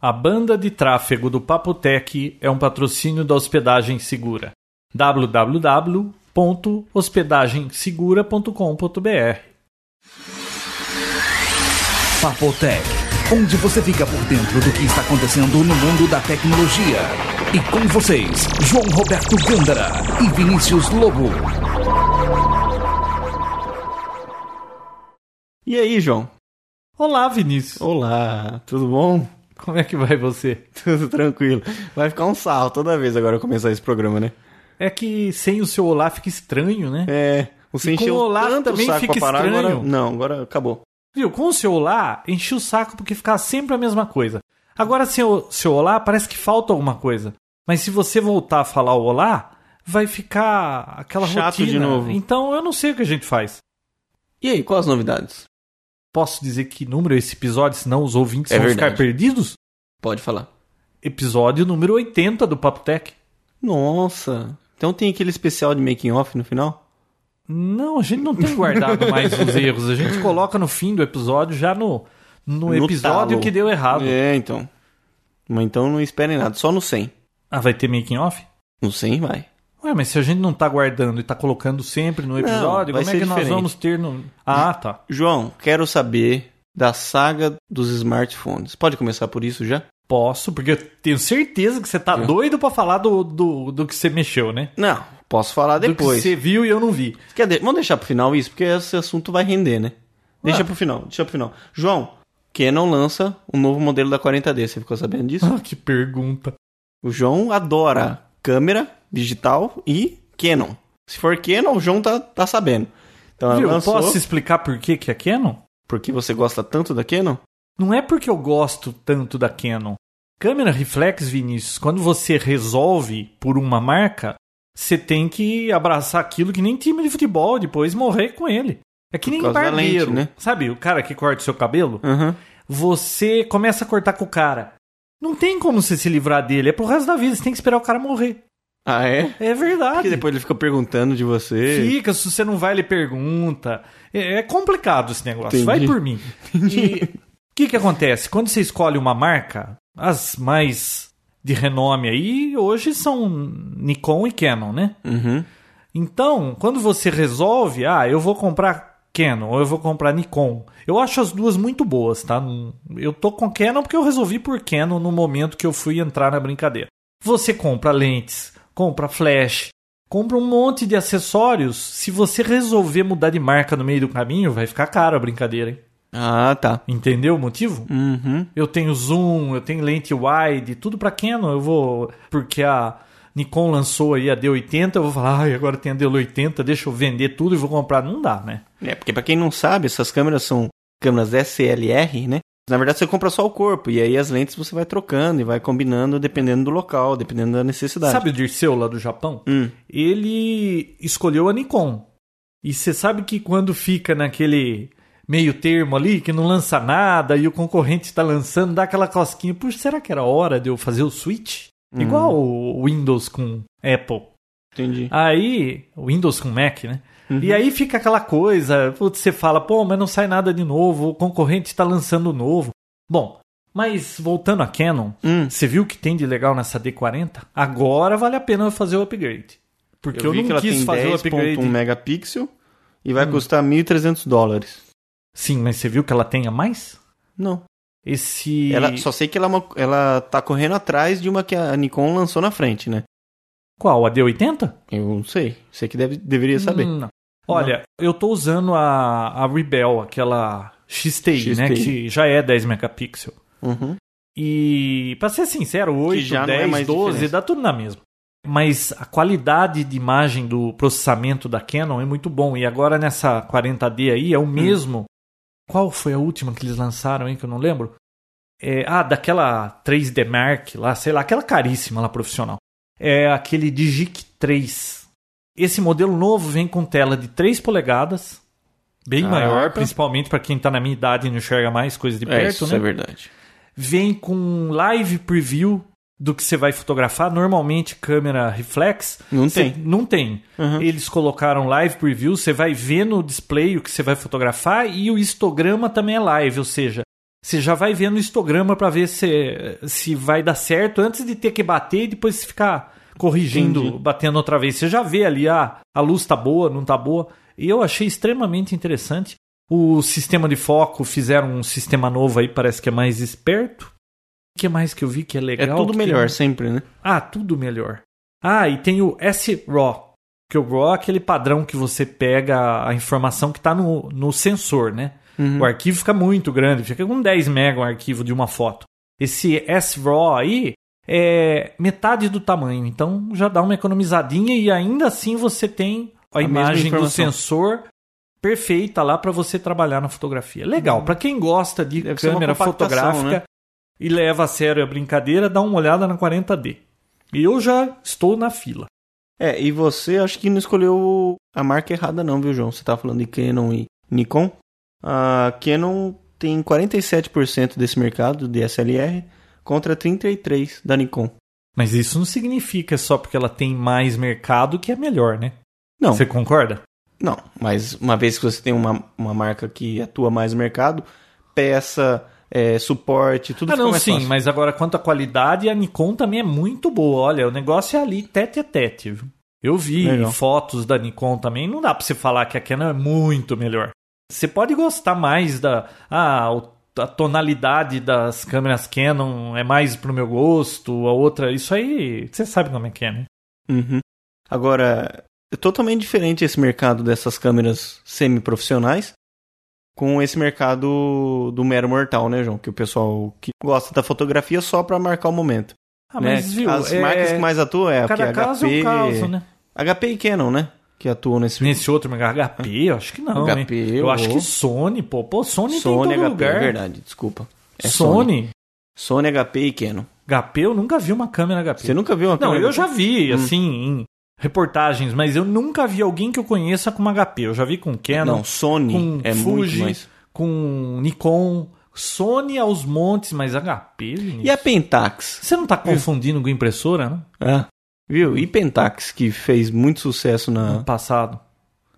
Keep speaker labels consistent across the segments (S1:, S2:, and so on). S1: A banda de tráfego do Papotec é um patrocínio da Hospedagem Segura. www.hospedagensegura.com.br
S2: Papotec, onde você fica por dentro do que está acontecendo no mundo da tecnologia. E com vocês, João Roberto Gândara e Vinícius Lobo.
S3: E aí, João?
S1: Olá, Vinícius.
S3: Olá, tudo bom?
S1: Como é que vai você?
S3: Tudo tranquilo. Vai ficar um sarro toda vez agora eu começar esse programa, né?
S1: É que sem o seu olá fica estranho, né?
S3: É, você
S1: E com
S3: encheu
S1: o Olá
S3: tanto
S1: também
S3: o saco
S1: fica
S3: pra parar, agora...
S1: estranho.
S3: Não, agora acabou.
S1: Viu? Com o seu olá, enchi o saco porque ficava sempre a mesma coisa. Agora, sem o seu olá, parece que falta alguma coisa. Mas se você voltar a falar o olá, vai ficar aquela
S3: Chato de
S1: rotina.
S3: novo.
S1: Então, eu não sei o que a gente faz.
S3: E aí, quais as novidades?
S1: Posso dizer que número é esse episódio, senão os ouvintes
S3: É
S1: vão
S3: verdade.
S1: ficar perdidos?
S3: Pode falar.
S1: Episódio número 80 do Papo Tech.
S3: Nossa, então tem aquele especial de making off no final?
S1: Não, a gente não tem guardado mais os erros. A gente coloca no fim do episódio, já no, no, episódio
S3: talo.
S1: que deu errado.
S3: É, então. Mas então não esperem nada, só no 100.
S1: Ah, vai ter making off?
S3: No 100 vai.
S1: Ué, mas se a gente não tá guardando e tá colocando sempre no episódio, como
S3: vai
S1: é
S3: ser
S1: que nós
S3: diferente.
S1: vamos ter no. Ah, tá.
S3: João, quero saber da saga dos smartphones. Pode começar por isso já?
S1: Posso, porque eu tenho certeza que você tá doido pra falar do, do, do que você mexeu, né?
S3: Não, posso falar
S1: Do
S3: depois.
S1: que você viu e eu não vi.
S3: Quer de... Vamos deixar pro final isso, porque esse assunto vai render, né? Deixa
S1: Ah.
S3: pro final, deixa pro final. João, Canon lança um novo modelo da 40D, você ficou sabendo disso?
S1: Ah, que pergunta.
S3: o João adora câmera digital e Canon. Se for Canon, o João tá, tá sabendo. Então,
S1: Viu,
S3: ela lançou...
S1: posso explicar por que, que é Canon?
S3: Porque você gosta tanto da Canon?
S1: Não é porque eu gosto tanto da Canon. Câmera reflex, Vinícius, quando você resolve por uma marca, você tem que abraçar aquilo que nem time de futebol, depois morrer com ele. É que nem
S3: causa da
S1: barbeiro.
S3: lente, né?
S1: Sabe, o cara que corta o seu cabelo,
S3: Aham.
S1: você começa a cortar com o cara. Não tem como você se livrar dele, é pro resto da vida, você tem que esperar o cara morrer.
S3: Ah, é?
S1: É
S3: Porque
S1: verdade.
S3: depois ele fica perguntando de você.
S1: Fica, se você não vai, ele pergunta. É, é complicado esse negócio.
S3: Entendi.
S1: Vai por mim. E o que, que acontece? Quando você escolhe uma marca, as mais de renome aí hoje são Nikon e Canon, né?
S3: Uhum.
S1: Então, quando você resolve, ah, eu vou comprar Canon ou eu vou comprar Nikon. Eu acho as duas muito boas, tá? Eu tô com Canon porque eu resolvi por Canon no momento que eu fui entrar na brincadeira. Você compra lentes, compra flash, compra um monte de acessórios. Se você resolver mudar de marca no meio do caminho, vai ficar caro a brincadeira, hein?
S3: Ah, tá.
S1: Entendeu o motivo?
S3: Uhum.
S1: Eu tenho zoom, eu tenho lente wide, tudo pra Canon. Eu vou. Porque a Nikon lançou aí a D80, eu vou falar, ai, agora tem a D80, deixa eu vender tudo e vou comprar. Não dá, né?
S3: É, porque pra quem não sabe, essas câmeras são câmeras SLR, né? Na verdade, você compra só o corpo, e aí as lentes você vai trocando e vai combinando dependendo do local, dependendo da necessidade.
S1: Sabe o Dirceu lá do Japão?
S3: Hum,
S1: Ele escolheu a Nikon. E você sabe que quando fica naquele meio termo ali, que não lança nada e o concorrente está lançando, dá aquela cosquinha, puxa, será que era hora de eu fazer o switch?
S3: hum. Uhum.
S1: Igual o Windows com Apple.
S3: entendi.
S1: Aí, o Windows com Mac, né?
S3: Uhum.
S1: E aí fica aquela coisa, putz, você fala, pô, mas não sai nada de novo, o concorrente está lançando novo. Bom, mas voltando à Canon,
S3: Hum,
S1: você viu o que tem de legal nessa D40? Agora vale a pena eu fazer o upgrade. Porque eu,
S3: vi que
S1: não
S3: ela
S1: quis
S3: tem
S1: fazer o
S3: 10.1
S1: upgrade.
S3: megapixel e vai custar 1.300 dólares.
S1: Sim, mas você viu que ela tem a mais?
S3: Não.
S1: Esse.
S3: Ela, só sei que ela, é uma- ela tá correndo atrás de uma que a Nikon lançou na frente, né?
S1: Qual? A D80?
S3: Eu não sei. Você que deve, deveria saber.
S1: Hum, não. Olha, eu tô usando a, a Rebel, aquela XTI, né?
S3: XTI.
S1: Que já é 10 megapixels.
S3: Uhum.
S1: E, pra ser sincero, 8,
S3: já não é
S1: 10,
S3: mais
S1: 12,
S3: diferença.
S1: dá tudo na mesma. Mas a qualidade de imagem do processamento da Canon é muito bom. E agora nessa 40D aí
S3: Hum.
S1: é o mesmo. Qual foi a última que eles lançaram, hein? Que eu não lembro. É, ah, daquela 3D Mark lá, sei lá, aquela caríssima lá profissional. É aquele Digic 3. Esse modelo novo vem com tela de 3 polegadas, bem
S3: Caraca.
S1: maior, principalmente pra quem tá na minha idade e não enxerga mais coisa de perto,
S3: Ah, é, isso
S1: né?
S3: é verdade.
S1: vem com um live preview do que você vai fotografar. Normalmente câmera reflex
S3: Não
S1: você-
S3: tem.
S1: não tem.
S3: Uhum.
S1: Eles colocaram live preview, você vai ver no display o que você vai fotografar e o histograma também é live, ou seja, Você já vai vendo o histograma para ver se, se vai dar certo antes de ter que bater e depois ficar corrigindo,
S3: Entendi.
S1: batendo outra vez. Você já vê ali, ah, a luz tá boa, não tá boa. E eu achei extremamente interessante. O sistema de foco fizeram um sistema novo aí, parece que é mais esperto. O que mais que eu vi que é
S3: É
S1: legal?
S3: tudo
S1: Que tem-
S3: melhor sempre, né?
S1: Ah, tudo melhor. Ah, e tem o S-RAW, que o RAW é aquele padrão que você pega a informação que está no, no sensor, né?
S3: Uhum.
S1: O arquivo fica muito grande, fica com 10 mega um arquivo de uma foto. Esse S-RAW aí é metade do tamanho, então já dá uma economizadinha e ainda assim você tem a,
S3: A mesma
S1: imagem do
S3: informação.
S1: sensor perfeita lá para você trabalhar na fotografia. Legal, para quem gosta de
S3: Uhum. Deve ser uma
S1: câmera
S3: compactação,
S1: fotográfica
S3: né?
S1: e leva a sério a brincadeira, dá uma olhada na 40D. E eu já estou na fila.
S3: É, e você acho que não escolheu a marca errada não, viu, João? Você tá falando de Canon e Nikon. A Canon tem 47% desse mercado de SLR contra 33 da Nikon.
S1: Mas isso não significa só porque ela tem mais mercado que é melhor, né?
S3: Não,
S1: Você concorda?
S3: não, mas uma vez que você tem uma, uma marca que atua mais no mercado, peça, é, suporte, tudo
S1: ah,
S3: fica
S1: não,
S3: mais
S1: sim,
S3: fácil.
S1: mas agora quanto à qualidade, a Nikon também é muito boa. Olha, o negócio é ali tete a tete. viu? Eu vi
S3: Legal.
S1: fotos da Nikon também, não dá pra você falar que a Canon é muito melhor. Você pode gostar mais da. Ah, o- a tonalidade das câmeras Canon é mais pro meu gosto, a outra. Isso aí, você sabe como é que é, né?
S3: Uhum. Agora, é totalmente diferente esse mercado dessas câmeras semi-profissionais com esse mercado do mero mortal, né, João? Que o pessoal que gosta da fotografia só pra marcar o momento.
S1: Ah,
S3: né?
S1: mas viu,
S3: As
S1: é-
S3: marcas que mais atuam é a
S1: cada
S3: que
S1: caso
S3: HP,
S1: é um caso, né?
S3: HP e Canon, né? Que atuam nesse
S1: Nesse outro, HP, eu acho que não. hein?
S3: HP,
S1: Eu acho
S3: ou-
S1: que Sony, pô. Pô, Sony,
S3: Sony
S1: tem em todo
S3: HP, é
S1: lugar.
S3: verdade, desculpa. É
S1: Sony.
S3: Sony, HP e Canon.
S1: HP, eu nunca vi uma câmera HP.
S3: Você nunca viu uma
S1: Não,
S3: câmera
S1: eu já vi,
S3: Hum.
S1: assim, em reportagens, mas eu nunca vi alguém que eu conheça com uma HP. Eu já vi com Canon,
S3: Não, Sony
S1: com
S3: é muito
S1: Fuji,
S3: mais.
S1: com Nikon, Sony aos montes, mas HP, Vinícius?
S3: E a Pentax?
S1: Você não tá confundindo com impressora, né?
S3: Ah, viu? E Pentax, que fez muito sucesso na
S1: No passado.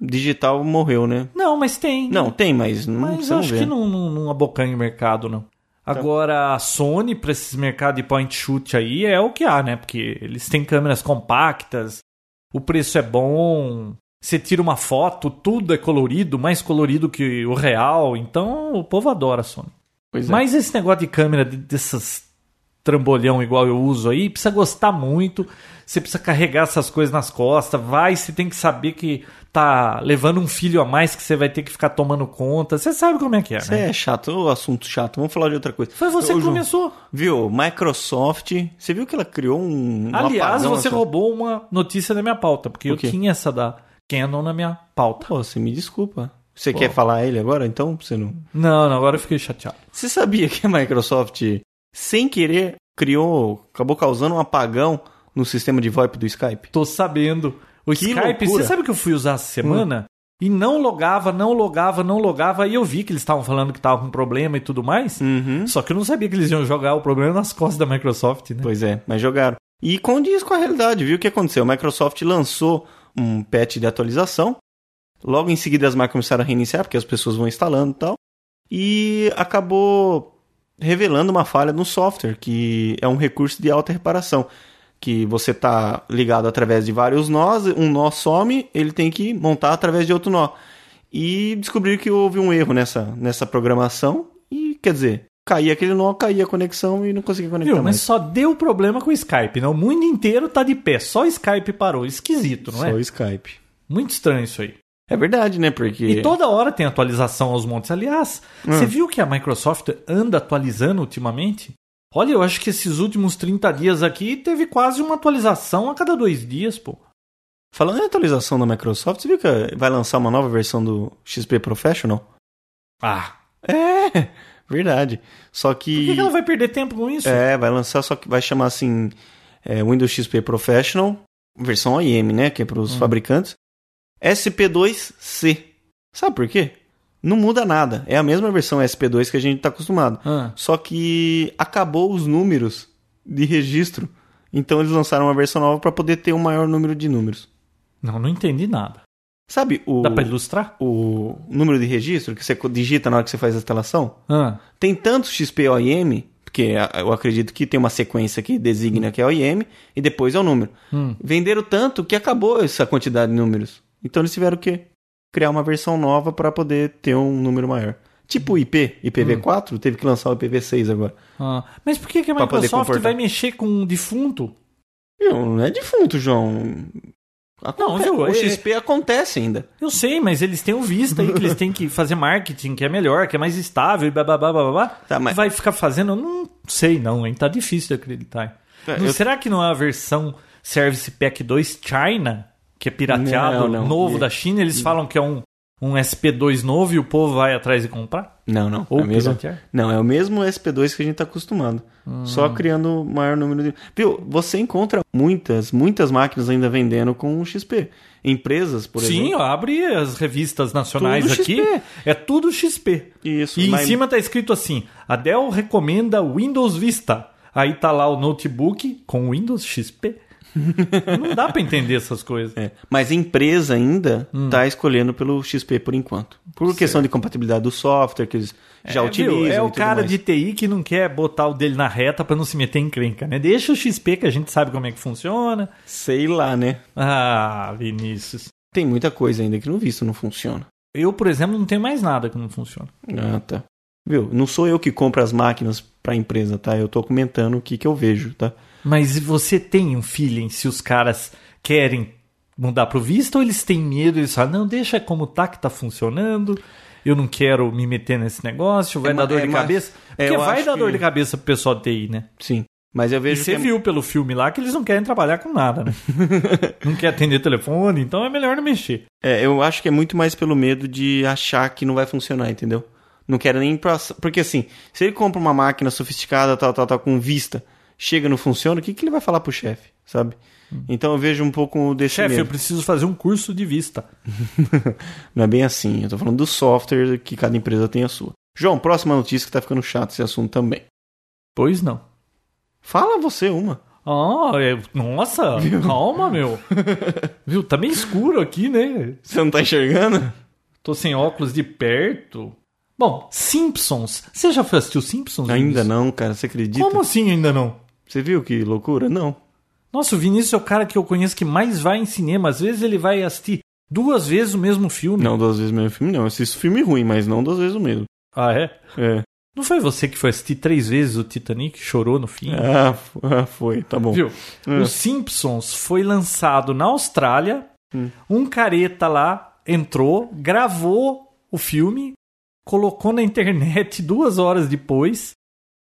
S3: digital, morreu, né?
S1: Não, mas tem.
S3: Não, tem, mas não
S1: Mas
S3: você não
S1: acho
S3: vê.
S1: que não, não, não abocanha o mercado, não. Agora, a Sony, para esses mercados de point shoot aí, é o que há, né? Porque eles têm câmeras compactas, o preço é bom, você tira uma foto, tudo é colorido, mais colorido que o real. Então, o povo adora a Sony.
S3: Pois é.
S1: Mas esse negócio de câmera, de- dessas trambolhão igual eu uso aí, precisa gostar muito, você precisa carregar essas coisas nas costas, vai, você tem que saber que tá levando um filho a mais que você vai ter que ficar tomando conta, você sabe como é que é,
S3: Isso
S1: né?
S3: é chato, o assunto chato. Vamos falar de outra coisa.
S1: Foi você
S3: Ô,
S1: que
S3: João,
S1: começou.
S3: Viu? Microsoft. Você viu que ela criou um. um
S1: Aliás,
S3: apagão,
S1: você
S3: assim?
S1: roubou uma notícia da minha pauta, porque
S3: O
S1: eu
S3: quê?
S1: tinha essa da Canon na minha pauta.
S3: Pô, você me desculpa. Você
S1: Pô.
S3: quer falar ele agora? Então, você não.
S1: Não, não, agora eu fiquei chateado.
S3: Você sabia que a Microsoft, sem querer, criou. acabou causando um apagão no sistema de VoIP do Skype?
S1: Tô sabendo. O
S3: Que
S1: Skype,
S3: loucura. Hum.
S1: você sabe que eu fui usar essa semana? E não logava, não logava, não logava. E eu vi que eles estavam falando que tava com problema e tudo mais.
S3: Uhum.
S1: Só que eu não sabia que eles iam jogar o problema nas costas da Microsoft, né?
S3: Pois é, mas jogaram. E condiz com a realidade, viu? O que aconteceu? A Microsoft lançou um patch de atualização. Logo em seguida as marcas começaram a reiniciar, porque as pessoas vão instalando e tal. E acabou revelando uma falha no software, que é um recurso de alta reparação. Que você está ligado através de vários nós, um nó some, ele tem que montar através de outro nó. E descobriram que houve um erro nessa, nessa programação. E quer dizer, caía aquele nó, caía a conexão e não conseguia conectar.
S1: Viu? Mas
S3: mais.
S1: só deu problema com o Skype, né? O mundo inteiro tá de pé, só o Skype parou. Esquisito, não
S3: Só o
S1: é?
S3: Skype.
S1: Muito estranho isso aí.
S3: É verdade, né? Porque.
S1: E toda hora tem atualização aos montes. Aliás,
S3: Hum.
S1: você viu que a Microsoft anda atualizando ultimamente? Olha, eu acho que esses últimos 30 dias aqui teve quase uma atualização a cada dois dias, pô.
S3: Falando em atualização da Microsoft, você viu que vai lançar uma nova versão do XP Professional?
S1: Ah,
S3: É, verdade. Só que.
S1: por que, que ela vai perder tempo com isso?
S3: É, vai lançar, só que vai chamar assim. é, Windows XP Professional, versão OEM, né? Que é
S1: Hum.
S3: para os fabricantes. SP2C. Sabe por quê? Não muda nada. É a mesma versão SP2 que a gente está acostumado.
S1: Ah.
S3: Só que acabou os números de registro. Então eles lançaram uma versão nova para poder ter um maior número de números.
S1: Não, não entendi nada.
S3: Sabe o,
S1: Dá pra ilustrar?
S3: o número de registro que você digita na hora que você faz a instalação?
S1: Ah,
S3: Tem tantos XPOIM, porque a- eu acredito que tem uma sequência que designa que é OIM, e depois é o número.
S1: Hum.
S3: Venderam tanto que acabou essa quantidade de números. Então eles tiveram que criar uma versão nova para poder ter um número maior. Tipo o IP, IPv4,
S1: Hum.
S3: teve que lançar o IPv6 agora.
S1: ah. Mas por que, que a
S3: Pra poder
S1: Microsoft
S3: comportar.
S1: vai mexer com um defunto?
S3: Meu, não é defunto, João.
S1: Não,
S3: Aconte-
S1: viu, é-
S3: O XP acontece ainda.
S1: Eu sei, mas eles têm um visto aí que eles têm que fazer marketing, que é melhor, que é mais estável e bababá, bababá.
S3: Tá, mas-
S1: Vai ficar fazendo? Eu não sei não, hein? Tá difícil de acreditar.
S3: É,
S1: Não-
S3: eu-
S1: Será que não é a versão Service Pack 2 China, que é pirateado,
S3: Não, não.
S1: novo
S3: E-
S1: da China? Eles falam que é um, um SP2 novo e o povo vai atrás e comprar?
S3: Não, não.
S1: Ou
S3: é o mesmo,
S1: piratear?
S3: não, é o mesmo SP2 que a gente tá acostumado.
S1: Hum.
S3: Só criando maior número de. Viu? Você encontra muitas, muitas máquinas ainda vendendo com XP. Empresas, por
S1: Sim,
S3: exemplo.
S1: ó, abre as revistas nacionais
S3: Tudo
S1: aqui,
S3: XP.
S1: é tudo XP.
S3: Isso,
S1: E em
S3: mas-
S1: cima tá escrito assim: a Dell recomenda Windows Vista. Aí tá lá o notebook com Windows XP. Não dá pra entender essas coisas.
S3: É, Mas a empresa ainda
S1: Hum.
S3: tá escolhendo pelo XP por enquanto. Por questão de compatibilidade do software que eles já
S1: É,
S3: utilizam.
S1: viu?
S3: e
S1: É o
S3: tudo
S1: cara
S3: mais.
S1: de TI que não quer botar o dele na reta pra não se meter em encrenca, né? Deixa o XP que a gente sabe como é que funciona.
S3: Sei lá, né?
S1: Ah, Vinícius.
S3: Tem muita coisa ainda que no visto não funciona.
S1: Eu, por exemplo, não tenho mais nada que não funciona.
S3: Ah, tá. Viu? Não sou eu que compro as máquinas pra empresa, tá? Eu tô comentando o que, que eu vejo, tá?
S1: Mas você tem um feeling se os caras querem mudar pro visto ou eles têm medo? Eles falam, não, deixa como tá que tá funcionando. Eu não quero me meter nesse negócio, vai
S3: É,
S1: dar
S3: ma-
S1: dor
S3: é,
S1: de
S3: mas-
S1: cabeça.
S3: é,
S1: Porque
S3: eu
S1: vai
S3: acho
S1: dar dor
S3: que-
S1: de cabeça pro pessoal de TI, né?
S3: Sim. Mas eu
S1: E
S3: vejo
S1: você
S3: que é-
S1: viu pelo filme lá que eles não querem trabalhar com nada, né? não quer atender telefone, então é melhor não mexer.
S3: É, eu acho que é muito mais pelo medo de achar que não vai funcionar, entendeu? Não quero nem passar. Porque assim, se ele compra uma máquina sofisticada, tal, tal, tal, com vista, chega e não funciona, o que, que ele vai falar pro chefe, sabe? Então eu vejo um pouco desse
S1: Hum. Chefe, eu
S3: medo.
S1: preciso fazer um curso de vista.
S3: Não é bem assim. Eu tô falando do software que cada empresa tem a sua. João, próxima notícia que tá ficando chato esse assunto também.
S1: Pois não.
S3: Fala você uma.
S1: Ah, é- nossa, calma, meu. Viu? Tá meio escuro aqui, né?
S3: Você não tá enxergando?
S1: Tô sem óculos de perto. Bom, Simpsons. Você já foi assistir o Simpsons?
S3: Ainda
S1: Vinícius?
S3: não, cara. Você acredita?
S1: Como assim ainda não?
S3: Você viu que loucura? Não.
S1: Nossa, o Vinícius é o cara que eu conheço que mais vai em cinema. Às vezes ele vai assistir duas vezes o mesmo filme.
S3: Não duas vezes o mesmo filme, não. Eu assisto filme ruim, mas não duas vezes o mesmo.
S1: Ah, é?
S3: É.
S1: Não foi você que foi assistir três vezes o Titanic, chorou no fim?
S3: Ah, f- ah, foi. Tá bom.
S1: Viu?
S3: É.
S1: O Simpsons foi lançado na Austrália.
S3: Hum.
S1: Um careta lá entrou, gravou o filme, colocou na internet duas horas depois.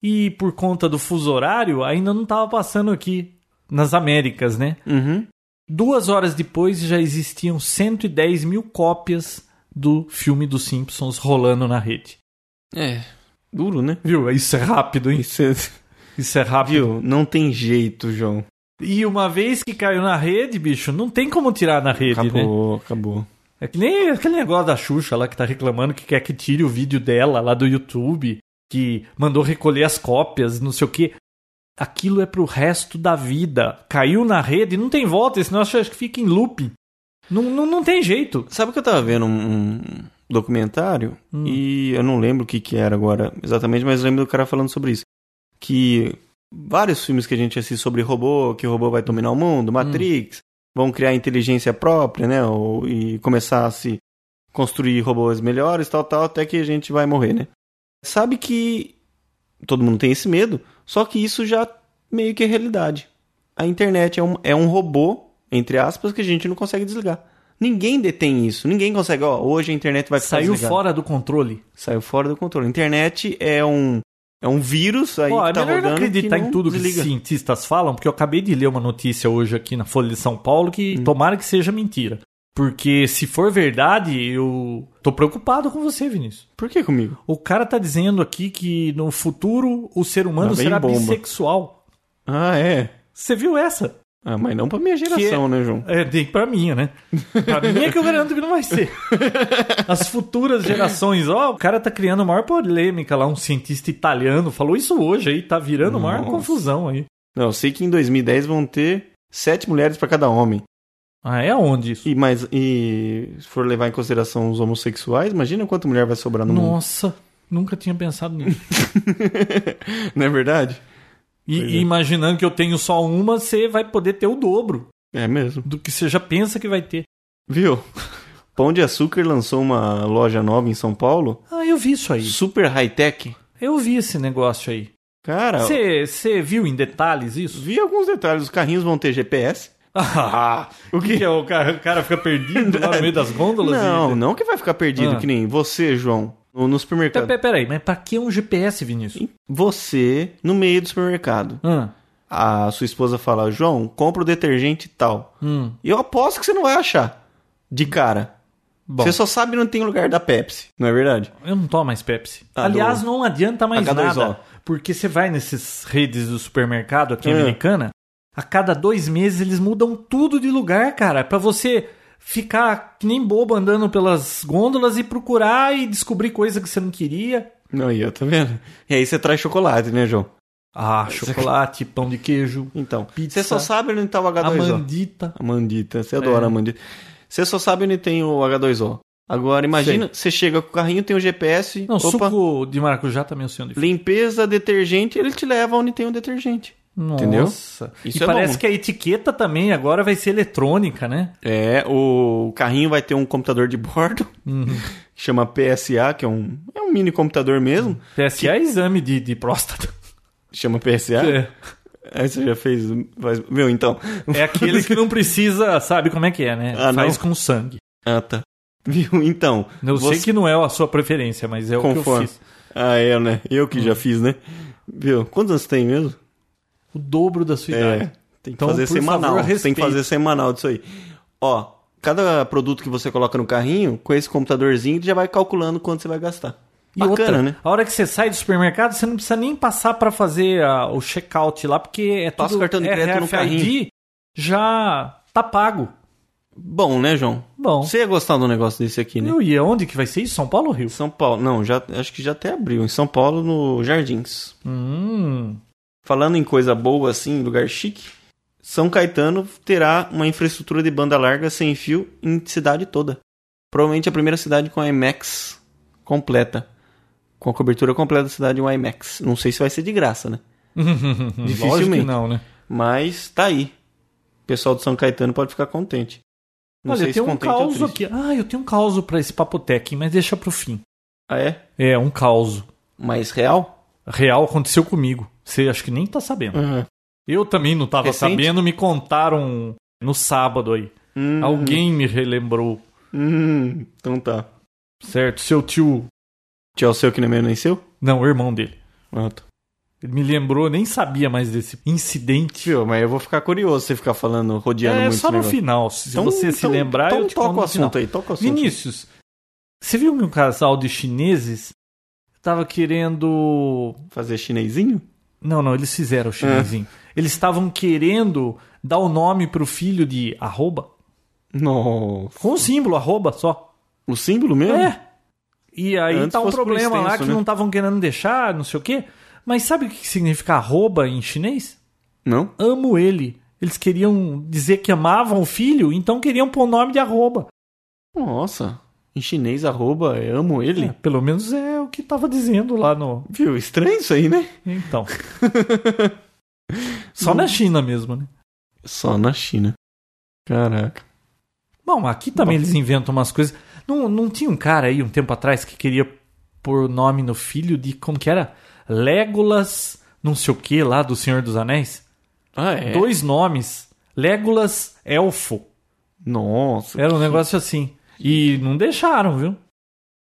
S1: E por conta do fuso horário, ainda não estava passando aqui nas Américas, né?
S3: Uhum.
S1: Duas horas depois já existiam 110 mil cópias do filme dos Simpsons rolando na rede.
S3: É. Duro, né?
S1: Viu? Isso é rápido, hein?
S3: Isso é-
S1: Isso é rápido.
S3: Viu? Não tem jeito, João.
S1: E uma vez que caiu na rede, bicho, não tem como tirar na rede, né?
S3: Acabou, acabou.
S1: É que nem aquele negócio da Xuxa lá que tá reclamando que quer que tire o vídeo dela lá do YouTube, que mandou recolher as cópias, não sei o quê. Aquilo é pro resto da vida. Caiu na rede, não tem volta, senão acho que fica em loop. Não, não, não tem jeito.
S3: Sabe que eu tava vendo um, um documentário e eu não lembro o que que era agora exatamente, mas lembro do cara falando sobre isso. Que vários filmes que a gente assiste sobre robô, que o robô vai dominar o mundo, Matrix, vão criar inteligência própria, né? Ou, e começar a se construir robôs melhores, tal, tal, até que a gente vai morrer, né? Sabe que todo mundo tem esse medo, só que isso já meio que é realidade. A internet é um, é um robô, entre aspas, que a gente não consegue desligar. Ninguém detém isso, ninguém consegue, ó, hoje a internet vai ficar
S1: Saiu
S3: desligada.
S1: fora do controle.
S3: Saiu fora do controle. A internet é um é um vírus aí
S1: Ó,
S3: que
S1: é
S3: tá
S1: melhor
S3: rodando
S1: não acreditar
S3: que não
S1: em tudo que
S3: desliga.
S1: os cientistas falam, porque eu acabei de ler uma notícia hoje aqui na Folha de São Paulo que
S3: Hum.
S1: tomara que seja mentira. Porque se for verdade, eu tô preocupado com você, Vinícius.
S3: Por que comigo?
S1: O cara tá dizendo aqui que no futuro o ser humano
S3: Lá vem
S1: será
S3: bomba.
S1: bissexual.
S3: Ah, é.
S1: Você viu essa?
S3: Ah, mas não pra minha geração, né, João?
S1: É, tem pra mim, né? Pra mim é que eu garanto que não vai ser. As futuras gerações, ó, o cara tá criando a maior polêmica lá, um cientista italiano falou isso hoje aí, tá virando a maior
S3: Nossa.
S1: confusão aí.
S3: Não, eu sei que em 2010 vão ter sete mulheres pra cada homem.
S1: Ah, é aonde isso?
S3: E, mas, e se for levar em consideração os homossexuais, imagina quanta mulher vai sobrar no mundo.
S1: Nossa, nunca tinha pensado nisso.
S3: Não é verdade?
S1: E,
S3: Pois é.
S1: e imaginando que eu tenho só uma, você vai poder ter o dobro
S3: É mesmo.
S1: do que você já pensa que vai ter.
S3: Viu? Pão de Açúcar lançou uma loja nova em São Paulo,
S1: Ah, eu vi isso aí.
S3: super high-tech.
S1: Eu vi esse negócio aí.
S3: Cara,
S1: Você viu em detalhes isso?
S3: É. vi alguns detalhes. Os carrinhos vão ter GPS.
S1: Ah, o que é? O cara, o cara fica perdido lá no meio das gôndolas?
S3: É. Não,
S1: e...
S3: não que vai ficar perdido,
S1: Ah.
S3: que nem você, João, no, no
S1: Pe-
S3: supermercado.
S1: pe- Peraí, mas pra que um GPS, Vinícius?
S3: Você, no meio do supermercado,
S1: Ah,
S3: a sua esposa fala, João, compra o detergente tal.
S1: hum,
S3: E eu aposto que você não vai achar de cara.
S1: bom,
S3: Você só sabe não tem lugar da Pepsi, não é verdade?
S1: eu não tomo mais Pepsi.
S3: Ah,
S1: Aliás,
S3: do-
S1: não adianta mais
S3: H2O.
S1: nada. Porque você vai nessas redes do supermercado aqui
S3: Hum.
S1: americana, a cada dois meses eles mudam tudo de lugar, cara. Pra você ficar que nem bobo andando pelas gôndolas e procurar e descobrir coisa que você não queria.
S3: Não, e eu, tá vendo? E aí você traz chocolate, né, João?
S1: Ah, chocolate, pão de queijo,
S3: Então,
S1: Pizza.
S3: você só sabe onde tá o H2O.
S1: amandita.
S3: Amandita, você adora
S1: É.
S3: Amandita. Você só sabe onde tem o H2O. Agora, imagina, você chega com o carrinho, tem o GPS,
S1: Não,
S3: opa,
S1: suco de maracujá também é um senhor de
S3: limpeza, detergente, ele te leva onde tem o detergente. Entendeu?
S1: Nossa.
S3: Isso
S1: e
S3: é
S1: parece
S3: bom.
S1: que a etiqueta também agora vai ser eletrônica, né?
S3: É, o carrinho vai ter um computador de bordo, que chama PSA, que é um, é um mini computador mesmo,
S1: PSA é exame de, de próstata.
S3: chama PSA.
S1: É.
S3: Aí você já fez, faz- meu, então.
S1: é aquele que não precisa, sabe como é que é, né?
S3: Ah,
S1: Faz com sangue.
S3: Ah, tá. Viu? Então,
S1: Eu sei
S3: você-
S1: que não é a sua preferência, mas é o que eu
S3: Conforme.
S1: fiz.
S3: Ah, eu, né? Eu que já fiz, né? Viu? Quantos anos você tem mesmo?
S1: O dobro da sua
S3: É.
S1: idade.
S3: Tem que
S1: Então,
S3: fazer
S1: por
S3: semanal.
S1: favor,
S3: tem
S1: respeite.
S3: que fazer semanal disso aí. Ó, cada produto que você coloca no carrinho, com esse computadorzinho, ele já vai calculando quanto você vai gastar.
S1: E
S3: Bacana,
S1: outra,
S3: né?
S1: a hora que você sai do supermercado, você não precisa nem passar pra fazer ah, o check-out lá, porque é tudo
S3: Passa o cartão de
S1: é
S3: crédito no
S1: RFID, já tá pago.
S3: Bom, né, João?
S1: Bom.
S3: Você ia gostar de um negócio desse aqui, né?
S1: Eu ia onde que vai ser isso? São Paulo ou Rio?
S3: São Paulo. Não, já, acho que já até abriu. Em São Paulo, no Jardins.
S1: Hum.
S3: Falando em coisa boa, assim, lugar chique, São Caetano terá uma infraestrutura de banda larga sem fio em cidade toda. Provavelmente a primeira cidade com a IMAX completa. Com a cobertura completa da cidade, um IMAX. Não sei se vai ser de graça, né?
S1: Dificilmente.
S3: Dificilmente.
S1: não, né?
S3: Mas tá aí. O pessoal do São Caetano pode ficar contente. Não
S1: Olha,
S3: sei
S1: eu
S3: se
S1: tenho um
S3: contente é ou
S1: caos
S3: triste.
S1: aqui. Ah, eu tenho um caos pra esse papotec, mas deixa pro fim.
S3: Ah, é?
S1: É, um caos.
S3: Mas real?
S1: Real aconteceu comigo. Você acho que nem tá sabendo. Eu também não tava
S3: Recente?
S1: sabendo, me contaram no sábado aí.
S3: Hum,
S1: Alguém me relembrou,
S3: hum, então tá.
S1: certo? Seu tio.
S3: Tchau, seu que nem meu nem seu?
S1: Não, o irmão dele.
S3: Ah, tá.
S1: Ele me lembrou, nem sabia mais desse incidente.
S3: Tio, mas eu vou ficar curioso se você ficar falando, rodeando
S1: É
S3: muito
S1: só
S3: esse
S1: no
S3: negócio.
S1: final. Se você se
S3: então-
S1: lembrar,
S3: então
S1: eu te
S3: toca
S1: conto
S3: o
S1: no final.
S3: assunto aí, toca o assunto.
S1: Vinícius, você viu que um casal de chineses tava querendo.
S3: Fazer chinesinho?
S1: Não, não, eles fizeram o chinesinho.
S3: É.
S1: Eles estavam querendo dar o nome pro filho de arroba.
S3: Não.
S1: Com o símbolo, arroba só.
S3: O símbolo mesmo?
S1: É. E aí
S3: Antes
S1: tá um
S3: fosse por
S1: problema lá
S3: extenso,
S1: que
S3: né?
S1: não estavam querendo deixar, não sei o quê. Mas sabe o que significa arroba em chinês?
S3: Não?
S1: Amo ele. Eles queriam dizer que amavam o filho, então queriam pôr o nome de arroba.
S3: Nossa. Em chinês, arroba, é amo ele.
S1: É, pelo menos é o que tava dizendo lá no.
S3: Viu? Estranho isso aí, né?
S1: Então. Só na China mesmo, né?
S3: Só na China. Caraca.
S1: Bom, aqui também eles inventam umas coisas. Não, não tinha um cara aí um tempo atrás que queria pôr nome no filho de. Como que era? Legolas, não sei o que lá do Senhor dos Anéis?
S3: Ah, é?
S1: Dois nomes. Legolas Elfo.
S3: Nossa.
S1: Era um negócio assim. E não deixaram, viu?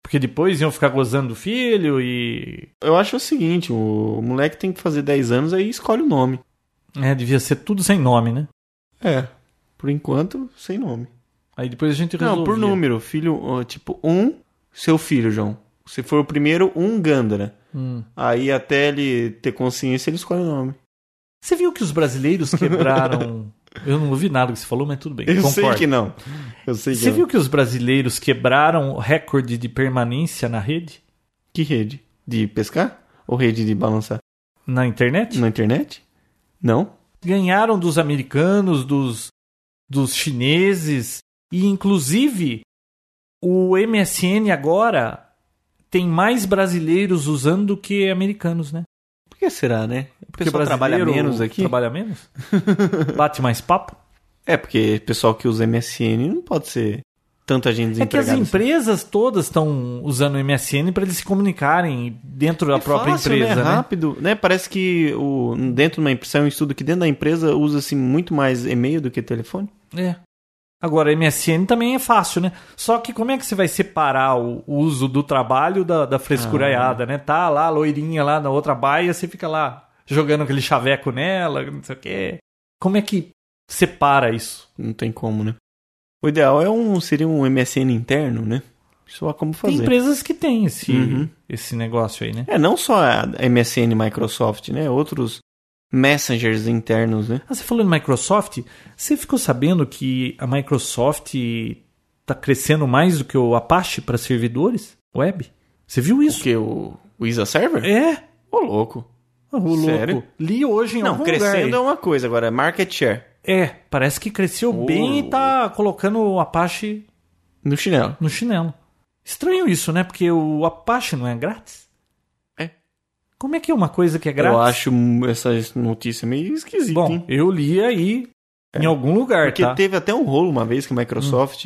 S1: Porque depois iam ficar gozando do filho e.
S3: Eu acho o seguinte, o moleque tem que fazer 10 anos, aí escolhe o nome.
S1: É, devia ser tudo sem nome, né?
S3: É. Por enquanto, sem nome.
S1: Aí depois a gente resolvia.
S3: Não, por número. Filho, ó, tipo, um, seu filho, João. Se for o primeiro, um Gandara.
S1: Hum.
S3: Aí até ele ter consciência, ele escolhe o nome.
S1: Você viu que os brasileiros quebraram. Eu não ouvi nada que você falou, mas tudo bem.
S3: Eu sei
S1: concordo.
S3: que não. Eu sei que
S1: Você
S3: não.
S1: viu que os brasileiros quebraram o recorde de permanência na rede?
S3: Que rede? De pescar? Ou rede de balançar?
S1: Na internet?
S3: Na internet? Não?
S1: Ganharam dos americanos, dos dos chineses e inclusive o MSN agora tem mais brasileiros usando do que americanos, né?
S3: Por que será, né? O
S1: Porque
S3: pessoal trabalha
S1: brasileiro
S3: menos aqui?
S1: Trabalha menos? Bate mais papo?
S3: É, porque o pessoal que usa MSN não pode ser tanta gente
S1: É que as
S3: desempregada. assim.
S1: empresas todas estão usando o MSN para eles se comunicarem dentro da
S3: É
S1: própria
S3: fácil,
S1: empresa,
S3: né?
S1: né?
S3: rápido, né? Parece que o, dentro de uma empresa, é um estudo que dentro da empresa usa-se muito mais e-mail do que telefone.
S1: É. Agora, MSN também é fácil, né? Só que como é que você vai separar o o uso do trabalho da, da frescuraiada, né? Tá lá, a loirinha lá na outra baia, você fica lá jogando aquele chaveco nela, não sei o quê. Como é que separa isso?
S3: Não tem como, né? O ideal é um seria um MSN interno, né? Só há como
S1: Tem
S3: fazer.
S1: empresas que têm esse,
S3: Uhum.
S1: esse negócio aí, né?
S3: É, não só a MSN Microsoft, né? Outros messengers internos, né?
S1: Ah, você falou em Microsoft, você ficou sabendo que a Microsoft tá crescendo mais do que o Apache para servidores web? Você viu
S3: O
S1: isso?
S3: que? O, o ISA Server?
S1: É?
S3: Ô, louco.
S1: Ah, Ô, louco.
S3: Sério?
S1: Li hoje em
S3: Não,
S1: algum
S3: crescendo é
S1: lugar.
S3: uma coisa, agora é market share.
S1: É, parece que cresceu
S3: Ô,
S1: bem e tá colocando o Apache
S3: No chinelo.
S1: no chinelo. Estranho isso, né? Porque o Apache não é grátis.
S3: É.
S1: Como é que é uma coisa que é grátis?
S3: Eu acho hum, essa notícia meio esquisita,
S1: Bom,
S3: hein?
S1: eu li aí em algum lugar,
S3: É. Porque
S1: tá?
S3: teve até um rolo uma vez que a Microsoft.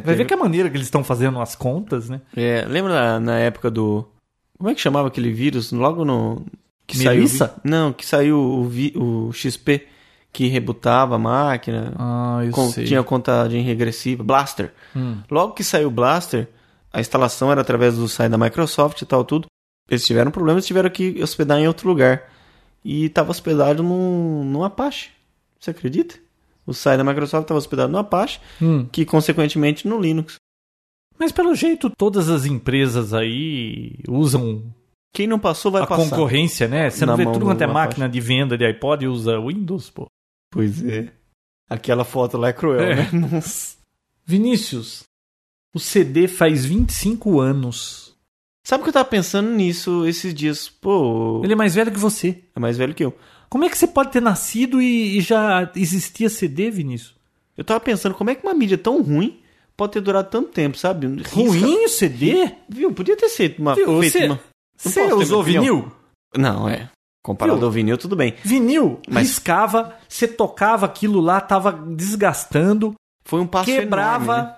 S1: Vai ver
S3: teve-
S1: que a maneira que eles estão fazendo as contas, né?
S3: é, lembra na, na época do. Como é que chamava aquele vírus? Logo no. Que
S1: Melissa?
S3: saiu. o vi- Não, que saiu o, vi- o XP que rebutava a máquina.
S1: Ah, eu
S3: com- tinha contagem regressiva. Blaster.
S1: Hum.
S3: Logo que saiu o Blaster, a instalação era através do site da Microsoft e tal, tudo. Eles tiveram problemas, tiveram que hospedar em outro lugar. E estava hospedado num, num Apache. Você acredita? O site da Microsoft estava hospedado no Apache,
S1: Hum.
S3: que consequentemente no Linux.
S1: Mas pelo jeito, todas as empresas aí usam
S3: Quem não passou vai
S1: a
S3: passar.
S1: concorrência, né? Você não
S3: Na
S1: vê
S3: mão
S1: tudo
S3: do
S1: quanto é
S3: Apache.
S1: máquina de venda de iPod e usa Windows, pô.
S3: Pois é. Aquela foto lá é cruel,
S1: É.
S3: né? Nossa.
S1: Vinícius, o CD faz 25 anos.
S3: Sabe que eu tava pensando nisso esses dias? Pô,
S1: Ele é mais velho que você.
S3: é mais velho que eu.
S1: Como é que você pode ter nascido e, e já existia CD, Vinícius?
S3: Eu tava pensando como é que uma mídia tão ruim pode ter durado tanto tempo, sabe? Risca-
S1: Ruim o CD?
S3: Viu? Podia ter sido uma.
S1: Viu,
S3: feito
S1: você-
S3: uma...
S1: Você
S3: posso ter
S1: usou
S3: minha opinião.
S1: vinil?
S3: Não, é. Comparado
S1: Viu?
S3: ao vinil, tudo bem.
S1: Vinil,
S3: Mas-
S1: riscava, você tocava aquilo lá, tava desgastando,
S3: Foi um passo
S1: quebrava.
S3: enorme. né?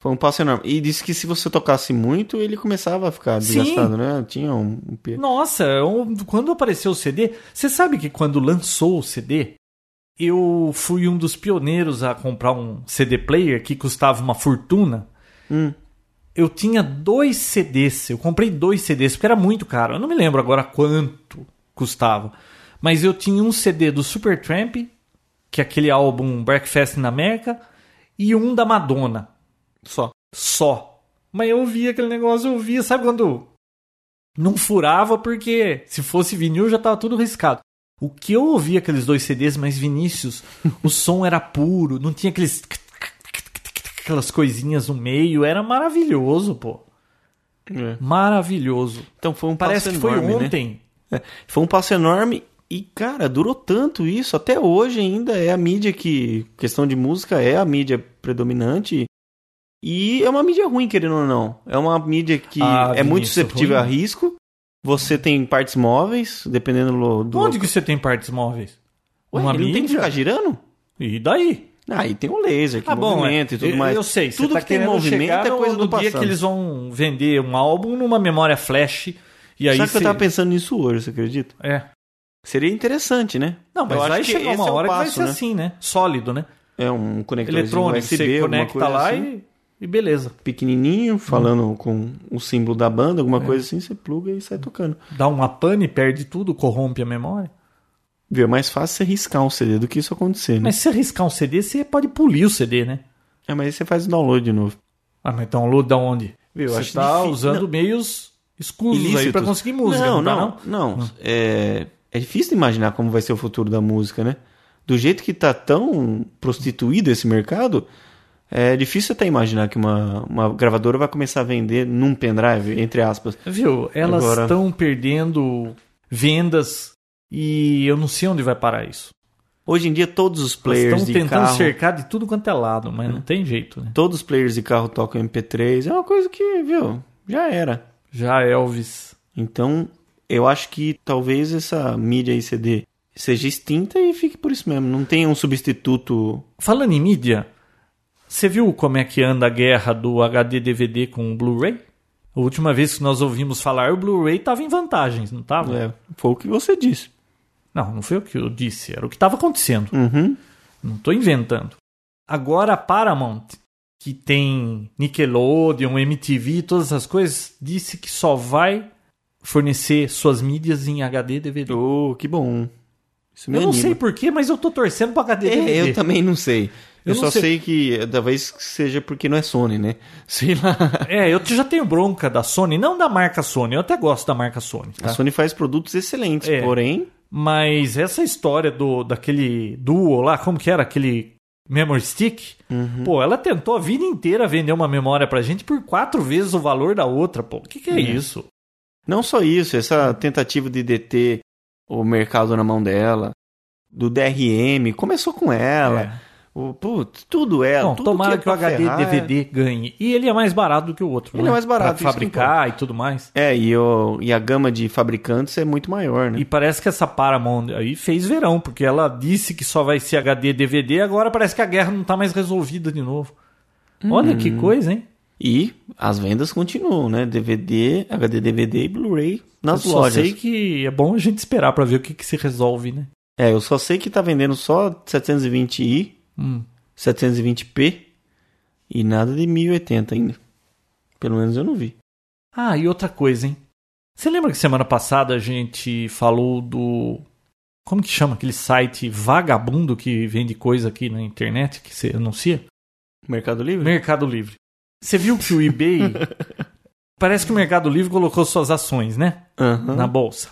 S3: Foi um passo enorme. E disse que se você tocasse muito, ele começava a ficar
S1: Sim.
S3: desgastado, né? Tinha um, um pe-
S1: Nossa, um- quando apareceu o CD, você sabe que quando lançou o CD, eu fui um dos pioneiros a comprar um CD player que custava uma fortuna.
S3: Hum.
S1: Eu tinha dois CDs, eu comprei dois CDs porque era muito caro. Eu não me lembro agora quanto custava, mas eu tinha um CD do Supertramp, que é aquele álbum Breakfast na América, e um da Madonna
S3: Só.
S1: só. Mas eu via aquele negócio, eu via, sabe quando não furava porque se fosse vinil já tava tudo riscado. O que eu ouvia aqueles dois CDs, mas Vinícius, o som era puro, não tinha aqueles aquelas coisinhas no meio, era maravilhoso, pô.
S3: É.
S1: Maravilhoso.
S3: Então foi um
S1: Parece que
S3: passo
S1: foi
S3: enorme, né?
S1: ontem.
S3: Foi um passo enorme e, cara, durou tanto isso. Até hoje ainda é a mídia que, questão de música, é a mídia predominante. E é uma mídia ruim, querendo ou não. É uma mídia que
S1: Ah,
S3: é muito
S1: Vinícius,
S3: susceptível a
S1: ruim.
S3: risco. Você tem partes móveis, dependendo do. do
S1: Onde que você tem partes móveis?
S3: Ué,
S1: Uma
S3: ele não tem que
S1: mídia?
S3: ficar girando?
S1: E daí?
S3: Ah, e tem um laser, que
S1: Ah, bom,
S3: movimento
S1: é.
S3: e tudo
S1: eu,
S3: mais.
S1: eu sei. você
S3: Tudo
S1: tá
S3: que tem
S1: querendo
S3: movimento
S1: chegar
S3: é
S1: no-
S3: coisa do
S1: no dia
S3: passado.
S1: que eles vão vender um álbum numa memória flash e aí
S3: Sabe que eu
S1: você-
S3: tava pensando nisso hoje, você acredita?
S1: É.
S3: Seria interessante, né?
S1: Não, mas
S3: Eu acho
S1: vai
S3: que
S1: chegar
S3: esse
S1: uma
S3: é o
S1: hora que vai
S3: passo,
S1: ser
S3: né?
S1: assim, né? Sólido, né?
S3: É um conector
S1: Eletrônico,
S3: USB,
S1: você
S3: alguma
S1: conecta
S3: coisa
S1: lá
S3: assim.
S1: e, e Hum. beleza.
S3: pequenininho, falando com o símbolo da banda,
S1: É.
S3: alguma coisa assim, você pluga e sai tocando.
S1: Dá uma pane, perde tudo, corrompe a memória.
S3: Viu? É mais fácil você riscar um CD do que isso acontecer, né?
S1: Mas se você riscar um CD, você pode polir o CD, né?
S3: É, mas aí você faz o download de novo.
S1: Ah, mas download da onde?
S3: Viu,
S1: você
S3: acho
S1: tá
S3: difícil.
S1: usando
S3: Não.
S1: meios escusos aí pra
S3: Ilícitos.
S1: conseguir música,
S3: Não,
S1: não, tá,
S3: não, não. É, é difícil de imaginar como vai ser o futuro da música, né? Do jeito que tá tão prostituído esse mercado, é difícil até imaginar que uma, uma gravadora vai começar a vender num pendrive, entre aspas.
S1: Viu? Elas
S3: Agora-
S1: estão perdendo vendas e eu não sei onde vai parar isso.
S3: Hoje em dia todos os
S1: Eles
S3: players
S1: estão
S3: de
S1: tentando
S3: carro, Hum.
S1: cercar de tudo quanto é lado, mas não tem jeito, né?
S3: todos os players de carro tocam MP3, é uma coisa que, viu, já era.
S1: Já Elvis.
S3: Então, eu acho que talvez essa mídia aí CD seja extinta e fique por isso mesmo, não tem um substituto.
S1: Falando em mídia, você viu como é que anda a guerra do HD DVD com o Blu-ray? A última vez que nós ouvimos falar, o Blu-ray estava em vantagens, não estava?
S3: É, foi o que você disse.
S1: Não, não foi o que eu disse, era o que estava acontecendo.
S3: Uhum.
S1: Não estou inventando. Agora a Paramount, que tem Nickelodeon, MTV, todas essas coisas, disse que só vai fornecer suas mídias em HD DVD. Eu
S3: Oh, que bom. Isso me
S1: não
S3: anima.
S1: sei porquê, mas eu tô torcendo para HD
S3: É,
S1: DVD.
S3: eu também não sei. Eu,
S1: Eu não
S3: só sei.
S1: sei.
S3: que talvez seja porque não é Sony, né? Sei lá.
S1: É, eu já tenho bronca da Sony, não da marca Sony, eu até gosto da marca Sony, tá?
S3: A Sony faz produtos excelentes,
S1: É.
S3: porém.
S1: Mas essa história do daquele duo lá, como que era aquele memory stick?
S3: Uhum.
S1: Pô, ela tentou a vida inteira vender uma memória pra gente por quatro vezes o valor da outra, pô. O que, que é,
S3: É.
S1: isso?
S3: Não só isso, essa tentativa de deter o mercado na mão dela, do DRM, começou com ela.
S1: É.
S3: O, putz, tudo ela.
S1: Bom,
S3: tudo
S1: tomara
S3: é
S1: que, o
S3: pra
S1: HD
S3: ferrar,
S1: DVD ganhe. E ele é mais barato do que o outro.
S3: Ele
S1: né?
S3: é mais barato, isso que
S1: Pra fabricar e tudo mais.
S3: É, é e, o, e a gama de fabricantes é muito maior, né?
S1: E parece que essa Paramount aí fez verão, porque ela disse que só vai ser HD DVD, agora parece que a guerra não tá mais resolvida de novo. Olha que
S3: Uhum.
S1: coisa, hein?
S3: E as vendas continuam, né? DVD, HD DVD e Blu-ray nas
S1: Eu
S3: lojas.
S1: Só sei que é bom a gente esperar pra ver o que, que se resolve, né?
S3: É, eu só sei que tá vendendo só 720i,
S1: Hum.
S3: 720p e nada de 1080 ainda. Pelo menos eu não vi.
S1: Ah, e outra coisa, hein? Você lembra que semana passada a gente falou do. Como que chama aquele site vagabundo que vende coisa aqui na internet, que você anuncia?
S3: Mercado Livre?
S1: Mercado Livre. Você viu que o eBay. Parece que o Mercado Livre colocou suas ações, né?
S3: Aham.
S1: Na bolsa.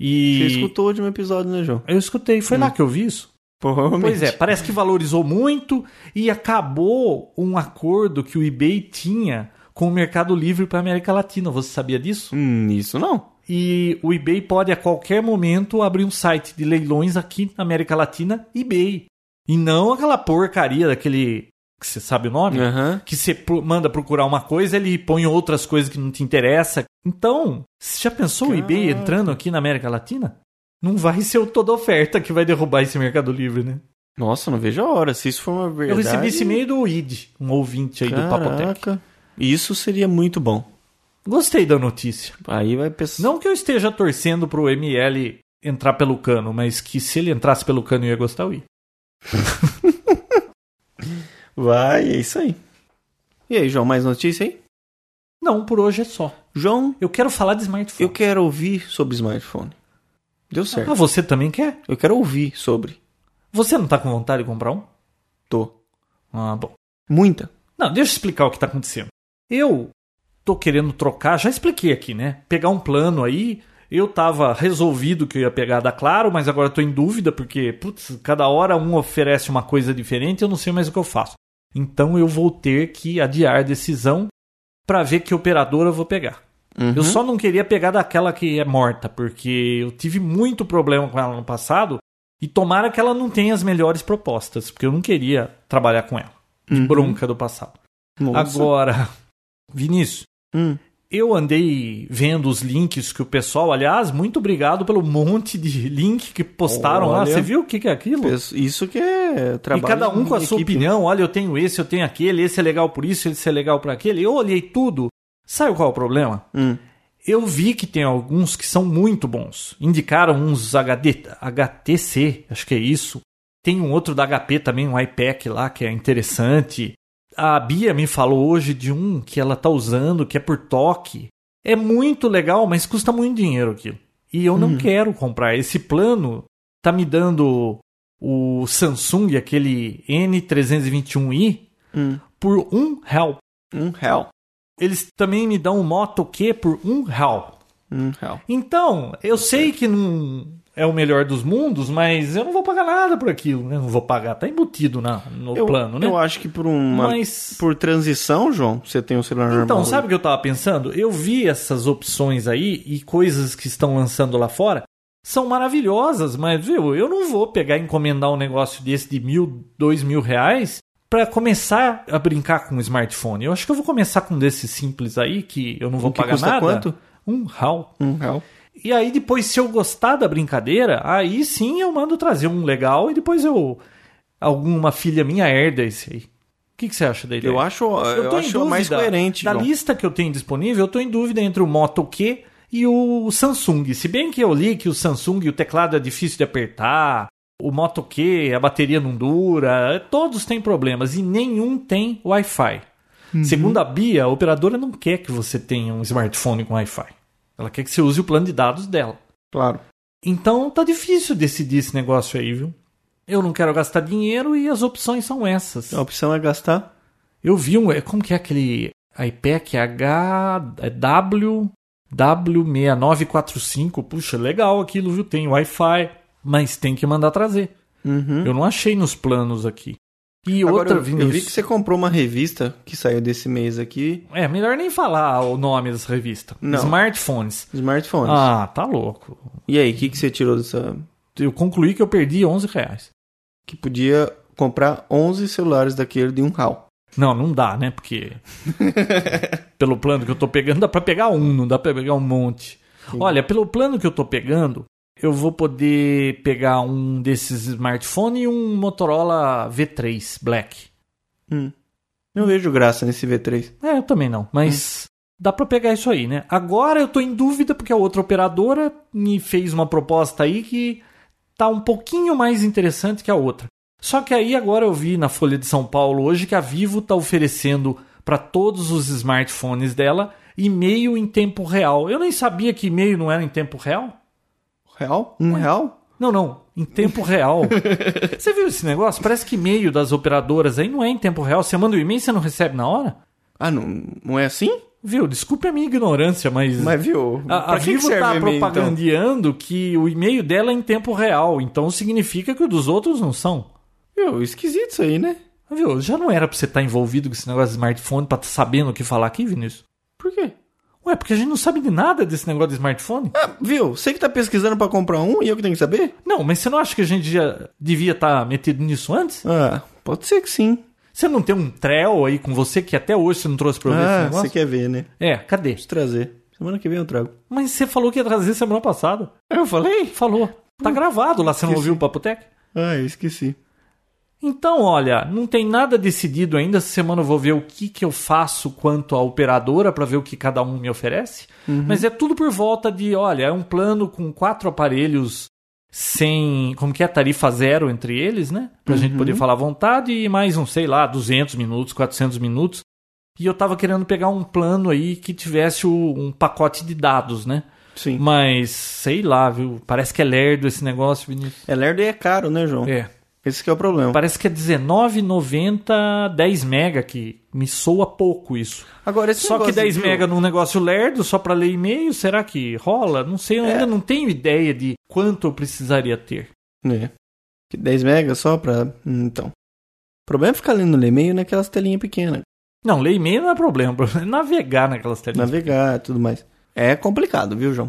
S1: E.
S3: Você escutou o último episódio, né, João?
S1: Eu escutei, foi lá que eu vi isso.
S3: Provavelmente.
S1: Pois é, parece que valorizou muito e acabou um acordo que o eBay tinha com o Mercado Livre para América Latina. Você sabia disso?
S3: Hum, isso não.
S1: E o eBay pode a qualquer momento abrir um site de leilões aqui na América Latina, eBay. E não aquela porcaria daquele. que você sabe o nome?
S3: Aham.
S1: que você pro- manda procurar uma coisa, ele põe outras coisas que não te interessa. Então, você já pensou o eBay
S3: Caraca.
S1: entrando aqui na América Latina? Não vai ser o toda oferta que vai derrubar esse Mercado Livre, né?
S3: Nossa, não vejo a hora. Se isso for uma verdade...
S1: Eu recebi esse e-mail do Id, um ouvinte aí do Papotec.
S3: Caraca. Isso seria muito bom.
S1: Gostei da notícia.
S3: Aí vai pensar...
S1: Não que eu esteja torcendo pro ML entrar pelo cano, mas que se ele entrasse pelo cano eu ia gostar o Id.
S3: Vai, é isso aí. E aí, João, mais notícia aí?
S1: Não, por hoje é só.
S3: João,
S1: Eu quero falar de smartphone.
S3: eu quero ouvir sobre smartphone. Deu certo.
S1: Ah, você também quer?
S3: Eu quero ouvir sobre.
S1: Você não tá com vontade de comprar um?
S3: Tô.
S1: Ah, bom.
S3: Muita.
S1: Não, deixa eu explicar o que está acontecendo. Eu tô querendo trocar, já expliquei aqui, né? Pegar um plano aí. Eu tava resolvido que eu ia pegar da Claro, mas agora tô em dúvida porque, putz, cada hora um oferece uma coisa diferente, eu não sei mais o que eu faço. Então eu vou ter que adiar a decisão para ver que operadora eu vou pegar.
S3: Uhum.
S1: Eu só não queria pegar daquela que é morta, porque eu tive muito problema com ela no passado e tomara que ela não tenha as melhores propostas, porque eu não queria trabalhar com ela
S3: Uhum.
S1: bronca do passado.
S3: Nossa.
S1: Agora, Vinícius,
S3: Hum.
S1: eu andei vendo os links que o pessoal, aliás, muito obrigado pelo monte de link que postaram lá.
S3: Olha.
S1: Você viu o que que é aquilo?
S3: Isso- Isso que é
S1: E
S3: trabalho.
S1: cada um com a
S3: em
S1: sua
S3: equipe.
S1: opinião. Olha, eu tenho esse, eu tenho aquele, esse é legal por isso, esse é legal por aquele. Eu olhei tudo. Sabe qual é o problema?
S3: Hum.
S1: Eu vi que tem alguns que são muito bons. Indicaram uns HD, HTC, acho que é isso. Tem um outro da HP também, um iPack lá, que é interessante. A Bia me falou hoje de um que ela tá usando, que é por toque. É muito legal, mas custa muito dinheiro aquilo. E eu não quero comprar. Esse plano tá me dando o Samsung, aquele N321i,
S3: Hum.
S1: por um real.
S3: Um real.
S1: Eles também me dão um Moto Q por um real.
S3: Um real.
S1: Então, eu sei que não é o melhor dos mundos, mas eu não vou pagar nada por aquilo, né? Não vou pagar, tá embutido na, no
S3: Eu,
S1: plano, né?
S3: eu acho que por uma.
S1: Mas.
S3: Por transição, João, você tem o celular normal.
S1: Então, sabe o que eu tava pensando? Eu vi essas opções aí e coisas que estão lançando lá fora são maravilhosas, mas viu, eu não vou pegar e encomendar um negócio desse de mil, dois mil reais para começar a brincar com o smartphone. Eu acho que eu vou começar com um desses simples aí que eu não vou
S3: O que
S1: pagar
S3: custa
S1: nada.
S3: quanto?
S1: Um real.
S3: Um real.
S1: E aí depois, se eu gostar da brincadeira, aí sim eu mando trazer um legal e depois eu alguma filha minha herda esse aí. O que, que você acha da ideia?
S3: Eu acho, eu
S1: é. tô em
S3: acho mais
S1: dúvida.
S3: coerente,
S1: Da
S3: João.
S1: lista que eu tenho disponível, eu estou em dúvida entre o Moto Q e o Samsung. Se bem que eu li que o Samsung, o teclado é difícil de apertar, o Moto Q, a bateria não dura, todos têm problemas e nenhum tem Wi-Fi.
S3: Uhum.
S1: Segundo a Bia, a operadora não quer que você tenha um smartphone com Wi-Fi. Ela quer que você use o plano de dados dela.
S3: Claro.
S1: Então tá difícil decidir esse negócio aí, viu? Eu não quero gastar dinheiro e as opções são essas.
S3: A opção é gastar.
S1: Eu vi um. é, Como que é aquele IPEC H. É w, W6945. Puxa, legal aquilo, viu? Tem Wi-Fi, mas tem que mandar trazer.
S3: Uhum.
S1: Eu não achei nos planos aqui. E
S3: Agora,
S1: outra,
S3: eu, eu vi
S1: Vinícius.
S3: que você comprou uma revista que saiu desse mês aqui,
S1: É, melhor nem falar o nome dessa revista.
S3: Não.
S1: Smartphones.
S3: smartphones.
S1: Ah, tá louco.
S3: E aí, o que, que você tirou dessa...
S1: Eu concluí que eu perdi 11 reais.
S3: Que podia comprar 11 celulares daquele de um real.
S1: Não, não dá, né? Porque. pelo plano que eu tô pegando, dá pra pegar um, não dá pra pegar um monte. Olha, pelo plano que eu tô pegando, eu vou poder pegar um desses smartphone e um Motorola V3 Black.
S3: Hum. Não vejo graça nesse V3.
S1: É, eu também não, mas dá pra pegar isso aí, né? Agora eu tô em dúvida porque a outra operadora me fez uma proposta aí que tá um pouquinho mais interessante que a outra. Só que aí agora eu vi na Folha de São Paulo hoje que a Vivo tá oferecendo pra todos os smartphones dela e-mail em tempo real. Eu nem sabia que e-mail não era em tempo real.
S3: Real?
S1: É.
S3: Um real?
S1: Não, não. Em tempo real. você viu esse negócio? Parece que e-mail das operadoras aí não é em tempo real. Você manda o e-mail e você não recebe na hora?
S3: Ah, não, não é assim?
S1: Viu? Desculpe a minha ignorância, mas.
S3: Mas viu,
S1: a, a
S3: pra que, que
S1: Vivo tá
S3: serve
S1: está
S3: e-mail, então?
S1: propagandeando que o e-mail dela é em tempo real, então significa que o dos outros não são.
S3: Viu, esquisito isso aí, né?
S1: Viu? Já não era pra você estar envolvido com esse negócio de smartphone pra estar sabendo o que falar aqui, Vinícius?
S3: Por quê?
S1: Ué, porque a gente não sabe de nada desse negócio de smartphone?
S3: Ah, viu, você que tá pesquisando pra comprar um e eu que tenho que saber?
S1: Não, mas você não acha que a gente já devia estar metido nisso antes?
S3: Ah, pode ser que sim.
S1: Você não tem um trel aí com você que até hoje você não trouxe pra eu ver esse
S3: Ah,
S1: negócio?
S3: você quer ver, né?
S1: É, cadê?
S3: Preciso trazer. Semana que vem eu trago.
S1: Mas você falou que ia trazer semana passada.
S3: Eu falei? Hum.
S1: Falou. Tá gravado lá, você não ouviu o Papotec?
S3: Ah, eu esqueci.
S1: Então, olha, não tem nada decidido ainda. Essa semana eu vou ver o que, que eu faço quanto à operadora para ver o que cada um me oferece. Mas é tudo por volta de, olha, é um plano com quatro aparelhos sem, como que é, tarifa zero entre eles, né? Pra gente poder falar à vontade e mais um, sei lá, 200 minutos, 400 minutos. E eu tava querendo pegar um plano aí que tivesse o- um pacote de dados, né?
S3: Sim.
S1: Mas, sei lá, viu? Parece que é lerdo esse negócio, Vinícius.
S3: É lerdo e é caro, né, João?
S1: É.
S3: Esse que é o problema.
S1: Parece que é R$19,90 10 mega, que me soa pouco isso.
S3: Agora, esse
S1: Só que
S3: negócio
S1: 10
S3: de-
S1: mega num negócio lerdo, só pra ler e-mail, será que rola? Não sei, eu ainda não tenho ideia de quanto eu precisaria ter.
S3: É. Que 10 mega só pra... Hum, Então. O problema é ficar lendo e-mail naquelas telinhas pequenas.
S1: Não, ler e-mail não é problema, o problema é navegar naquelas telinhas.
S3: Navegar e tudo mais. É complicado, viu, João?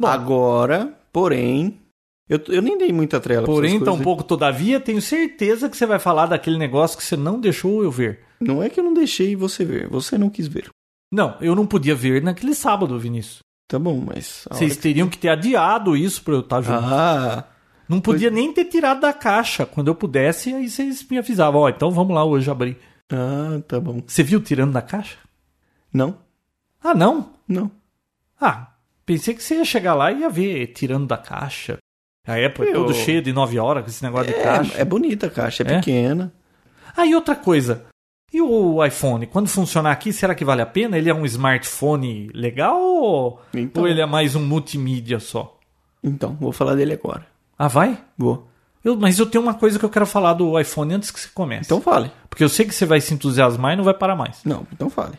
S1: Bom.
S3: Agora, porém... Eu, eu nem dei muita trela pra
S1: Porém, então,
S3: essas coisas.
S1: tampouco, todavia, tenho certeza que você vai falar daquele negócio que você não deixou eu ver.
S3: Não é que eu não deixei você ver. Você não quis ver.
S1: Não, eu não podia ver naquele sábado, Vinícius.
S3: Tá bom, mas... a
S1: Vocês
S3: hora
S1: teriam que ter adiado isso pra eu estar
S3: que-
S1: junto.
S3: Ah...
S1: Não podia nem ter tirado da caixa. Quando eu pudesse, aí vocês me avisavam. Ó, então vamos lá hoje abrir.
S3: Ah, tá bom.
S1: Você viu tirando da caixa?
S3: Não?
S1: Ah, não?
S3: Não.
S1: Ah, pensei que você ia chegar lá e ia ver tirando da caixa. A época é
S3: Eu-
S1: todo cheio de 9 horas com esse negócio de caixa.
S3: É, é bonita a caixa, é,
S1: É?
S3: pequena.
S1: Ah, e outra coisa. E o iPhone? Quando funcionar aqui, será que vale a pena? Ele é um smartphone legal ou,
S3: Então.
S1: ou ele é mais um multimídia só?
S3: Então, vou falar dele agora.
S1: Ah, vai?
S3: Vou.
S1: Eu- mas eu tenho uma coisa que eu quero falar do iPhone antes que você comece.
S3: Então fale.
S1: Porque eu sei que você vai se entusiasmar e não vai parar mais.
S3: Não, então fale.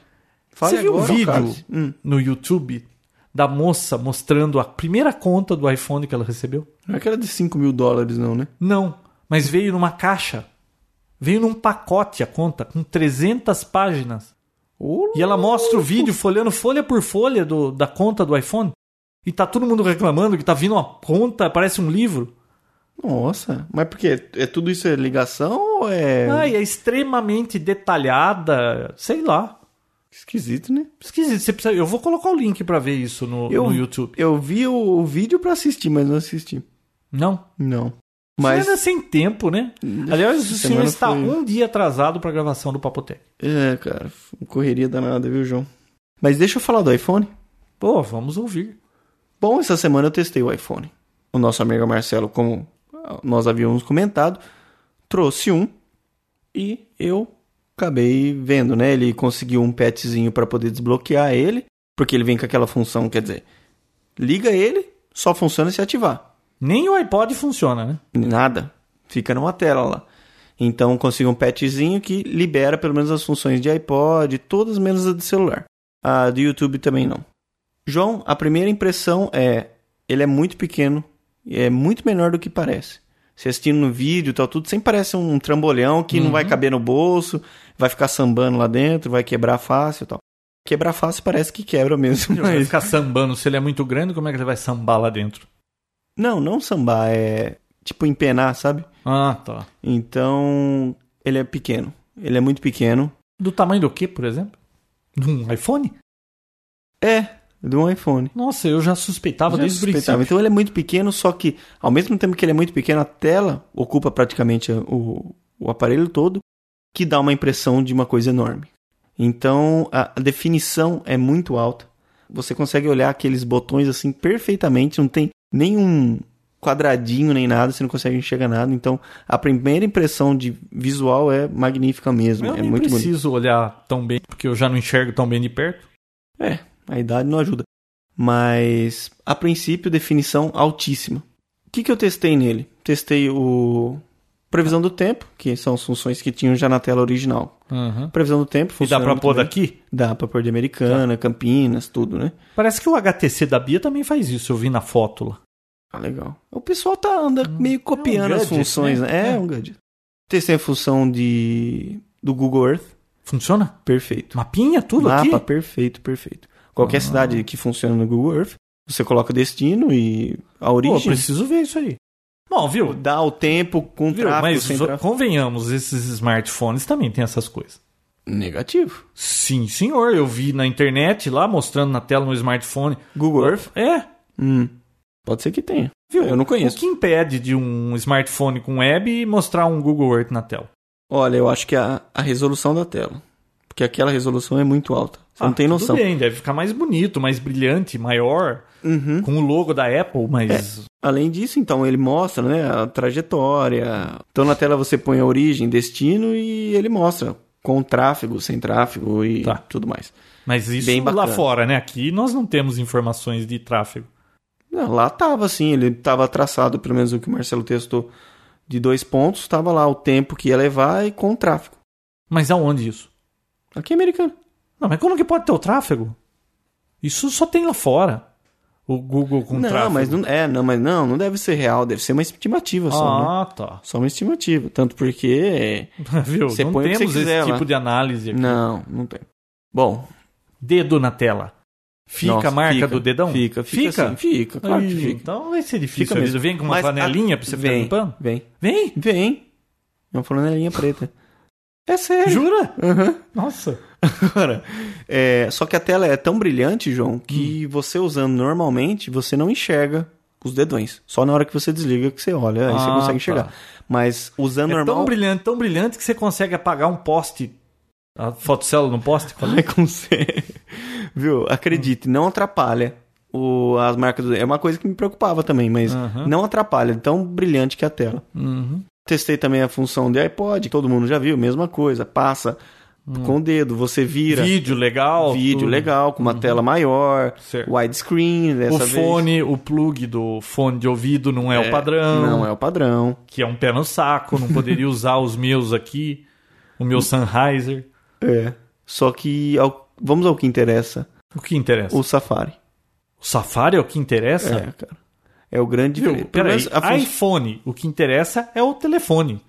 S1: Você viu o
S3: agora,
S1: vídeo
S3: Carlos. Hum.
S1: no YouTube da moça mostrando a primeira conta do iPhone que ela recebeu?
S3: Não é aquela de 5 mil dólares, não, né?
S1: Não, mas veio numa caixa. Veio num pacote a conta, com 300 páginas.
S3: Ô,
S1: E ela mostra o vídeo folhando folha por folha do- da conta do iPhone. E tá todo mundo reclamando que tá vindo uma conta, parece um livro.
S3: Nossa, mas por quê? É tudo isso é ligação ou é.
S1: Ah, e é extremamente detalhada, sei lá.
S3: Esquisito, né?
S1: Esquisito, você precisa... eu vou colocar o link pra ver isso no, no YouTube.
S3: Eu vi o, o vídeo pra assistir, mas não assisti.
S1: Não?
S3: Não.
S1: Mas...
S3: Mas.
S1: Você anda sem tempo, né? Aliás, o
S3: Essa
S1: senhor
S3: semana
S1: está
S3: foi-
S1: um dia atrasado pra gravação do Papotec.
S3: É, cara, correria danada, viu, João? Mas deixa eu falar do iPhone.
S1: Pô, vamos ouvir.
S3: Bom, essa semana eu testei o iPhone. O nosso amigo Marcelo, como nós havíamos comentado, trouxe um e eu acabei vendo, né? Ele conseguiu um petzinho para poder desbloquear ele, porque ele vem com aquela função, quer dizer, liga ele, só funciona se ativar.
S1: Nem o iPod funciona, né?
S3: Nada. Fica numa tela lá. Então consigo um patchzinho que libera pelo menos as funções de iPod, todas menos a do celular. A do YouTube também não. João, a primeira impressão é: ele é muito pequeno e é muito menor do que parece. Se assistindo no vídeo e tal, tudo sempre parece um trambolhão que não vai caber no bolso, vai ficar sambando lá dentro, vai quebrar fácil e tal. Quebrar fácil parece que quebra mesmo.
S1: Vai
S3: mas-
S1: ficar sambando. Se ele é muito grande, como é que ele vai sambar lá dentro?
S3: Não, não sambar, é tipo empenar, sabe?
S1: Ah, tá.
S3: Então, ele é pequeno. Ele é muito pequeno.
S1: Do tamanho do quê, por exemplo? De um iPhone?
S3: É, de um iPhone.
S1: Nossa, eu já suspeitava
S3: Já
S1: desde o
S3: suspeitava.
S1: princípio.
S3: Então ele é muito pequeno, só que ao mesmo tempo que ele é muito pequeno, a tela ocupa praticamente o, o aparelho todo, que dá uma impressão de uma coisa enorme. Então a, a definição é muito alta. Você consegue olhar aqueles botões assim perfeitamente, não tem nenhum quadradinho nem nada, você não consegue enxergar nada. Então a primeira impressão de visual é magnífica mesmo,
S1: Eu
S3: é
S1: nem
S3: muito bonito.
S1: preciso olhar tão bem, porque eu já não enxergo tão bem de perto.
S3: É, a idade não ajuda. Mas, a princípio, definição altíssima. O que, que eu testei nele? Testei o previsão do tempo, que são as funções que tinham já na tela original. Previsão do tempo
S1: E dá
S3: funciona
S1: pra
S3: muito
S1: pôr
S3: bem.
S1: daqui? Tá.
S3: Dá pra pôr de Americana, Campinas, tudo, né?
S1: Parece que o HTC da Bia também faz isso, eu vi na foto lá.
S3: Ah, legal. O pessoal tá anda meio copiando as
S1: Hum. É um gadget,
S3: funções,
S1: né?
S3: né? É,
S1: É.
S3: um gadget. Testei a função de do Google Earth,
S1: Funciona?
S3: perfeito.
S1: Mapinha, tudo
S3: Mapa,
S1: aqui?
S3: perfeito, perfeito.
S1: Ah.
S3: Qualquer cidade que funciona no Google Earth, você coloca o destino e a
S1: Pô, eu
S3: origem.
S1: preciso ver isso aí. Bom, viu?
S3: dá o tempo com
S1: Viu,
S3: tráfego,
S1: mas
S3: sem
S1: os-
S3: tráfego.
S1: convenhamos, esses smartphones também têm essas coisas.
S3: Negativo.
S1: Sim, senhor, eu vi na internet lá mostrando na tela no smartphone.
S3: Google Earth?
S1: É,
S3: Hum. Pode ser que tenha.
S1: Viu?
S3: Eu não
S1: O
S3: conheço.
S1: que impede de um smartphone com web mostrar um Google Earth na tela?
S3: Olha, eu acho que a, a resolução da tela. Porque aquela resolução é muito alta. Você não
S1: Ah,
S3: tem
S1: tudo
S3: noção.
S1: bem, deve ficar mais bonito, mais brilhante, maior,
S3: Uhum.
S1: com o logo da Apple, mas.
S3: Além disso, então, ele mostra né, a trajetória. Então, na tela você põe a origem, destino e ele mostra com tráfego, sem tráfego e
S1: Tá.
S3: tudo mais.
S1: Mas isso
S3: Bem
S1: lá
S3: bacana.
S1: fora, né? Aqui nós não temos informações de tráfego.
S3: Não, lá tava assim, ele tava traçado, pelo menos o que o Marcelo testou, de dois pontos, tava lá o tempo que ia levar e com o tráfego.
S1: Mas aonde isso?
S3: Aqui é americano.
S1: Não, mas como que pode ter o tráfego? Isso só tem lá fora. O Google com
S3: não,
S1: tráfego.
S3: mas não é, não, mas não, não deve ser real, deve ser uma estimativa só, né?
S1: Ah, tá.
S3: Só uma estimativa, tanto porque é,
S1: Viu?
S3: Você
S1: não
S3: põe o que
S1: temos
S3: você quiser
S1: esse
S3: lá.
S1: tipo de análise aqui.
S3: não, não tem. Bom,
S1: Dedo na tela. Fica
S3: nossa,
S1: a marca
S3: fica,
S1: do dedão?
S3: Fica, fica,
S1: Fica?
S3: assim, fica, claro
S1: Ih,
S3: que fica.
S1: Então vai ser difícil.
S3: Fica mesmo.
S1: Vem com uma
S3: Mas a-
S1: panelinha pra você ficar
S3: vem,
S1: limpando?
S3: Vem.
S1: Vem!
S3: Vem. É uma flanelinha preta. É sério.
S1: Jura?
S3: Aham.
S1: Nossa.
S3: Agora, é, só que a tela é tão brilhante, João,
S1: Hum.
S3: que você usando normalmente, você não enxerga os dedões. Só na hora que você desliga que você olha, aí você
S1: Ah,
S3: consegue
S1: tá.
S3: enxergar. Mas usando
S1: é tão
S3: normal,
S1: brilhante, tão brilhante que você consegue apagar um poste. A fotocélula no poste? Qual é?
S3: vai com você. é. Viu? Acredite, não atrapalha o, as marcas do É uma coisa que me preocupava também, mas
S1: Aham.
S3: não atrapalha, de tão brilhante que é a tela.
S1: Uhum.
S3: Testei também a função de iPod, todo mundo já viu, mesma coisa, passa com o dedo, você vira.
S1: Hum. Vídeo legal.
S3: Vídeo
S1: tudo.
S3: legal, com uma tela maior,
S1: Certo.
S3: widescreen dessa
S1: O
S3: vez.
S1: fone, o plug do fone de ouvido não é, o padrão.
S3: Não é o padrão.
S1: Que é um pé no saco. Não poderia usar os meus aqui. O meu Sennheiser.
S3: É. Só que ao- vamos ao que interessa.
S1: O que interessa? O,
S3: O Safari.
S1: Safari é o que interessa?
S3: É, cara. É o grande...
S1: Viu?
S3: pelo
S1: Peraí,
S3: menos a fun-
S1: iPhone, o que interessa é o telefone.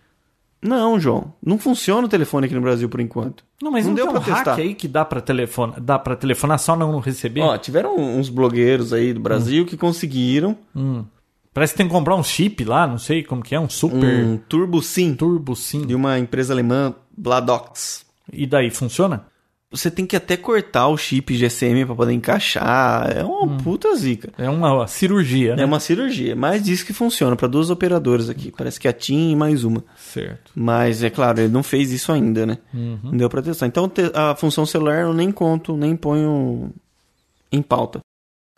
S3: Não, João. Não funciona o telefone aqui no Brasil por enquanto.
S1: Não, mas
S3: Não
S1: não,
S3: deu
S1: tem um
S3: pra
S1: hack
S3: testar.
S1: aí que dá pra, telefone, dá pra telefonar só não receber?
S3: Ó, tiveram uns blogueiros aí do Brasil que conseguiram
S1: Hum. Parece que tem que comprar um chip lá, não sei como que é, um super
S3: um Turbo SIM
S1: turbo sim.
S3: de uma empresa alemã, Bladox.
S1: E daí, funciona?
S3: Você tem que até cortar o chip GSM pra poder encaixar. É uma puta zica.
S1: É uma cirurgia, né?
S3: É uma cirurgia, mas diz que funciona para duas operadoras aqui. Parece que é a TIM e mais uma.
S1: Certo.
S3: Mas é claro, ele não fez isso ainda, né?
S1: Uhum.
S3: Não deu pra testar. Então te- a função celular eu nem conto, nem ponho em pauta.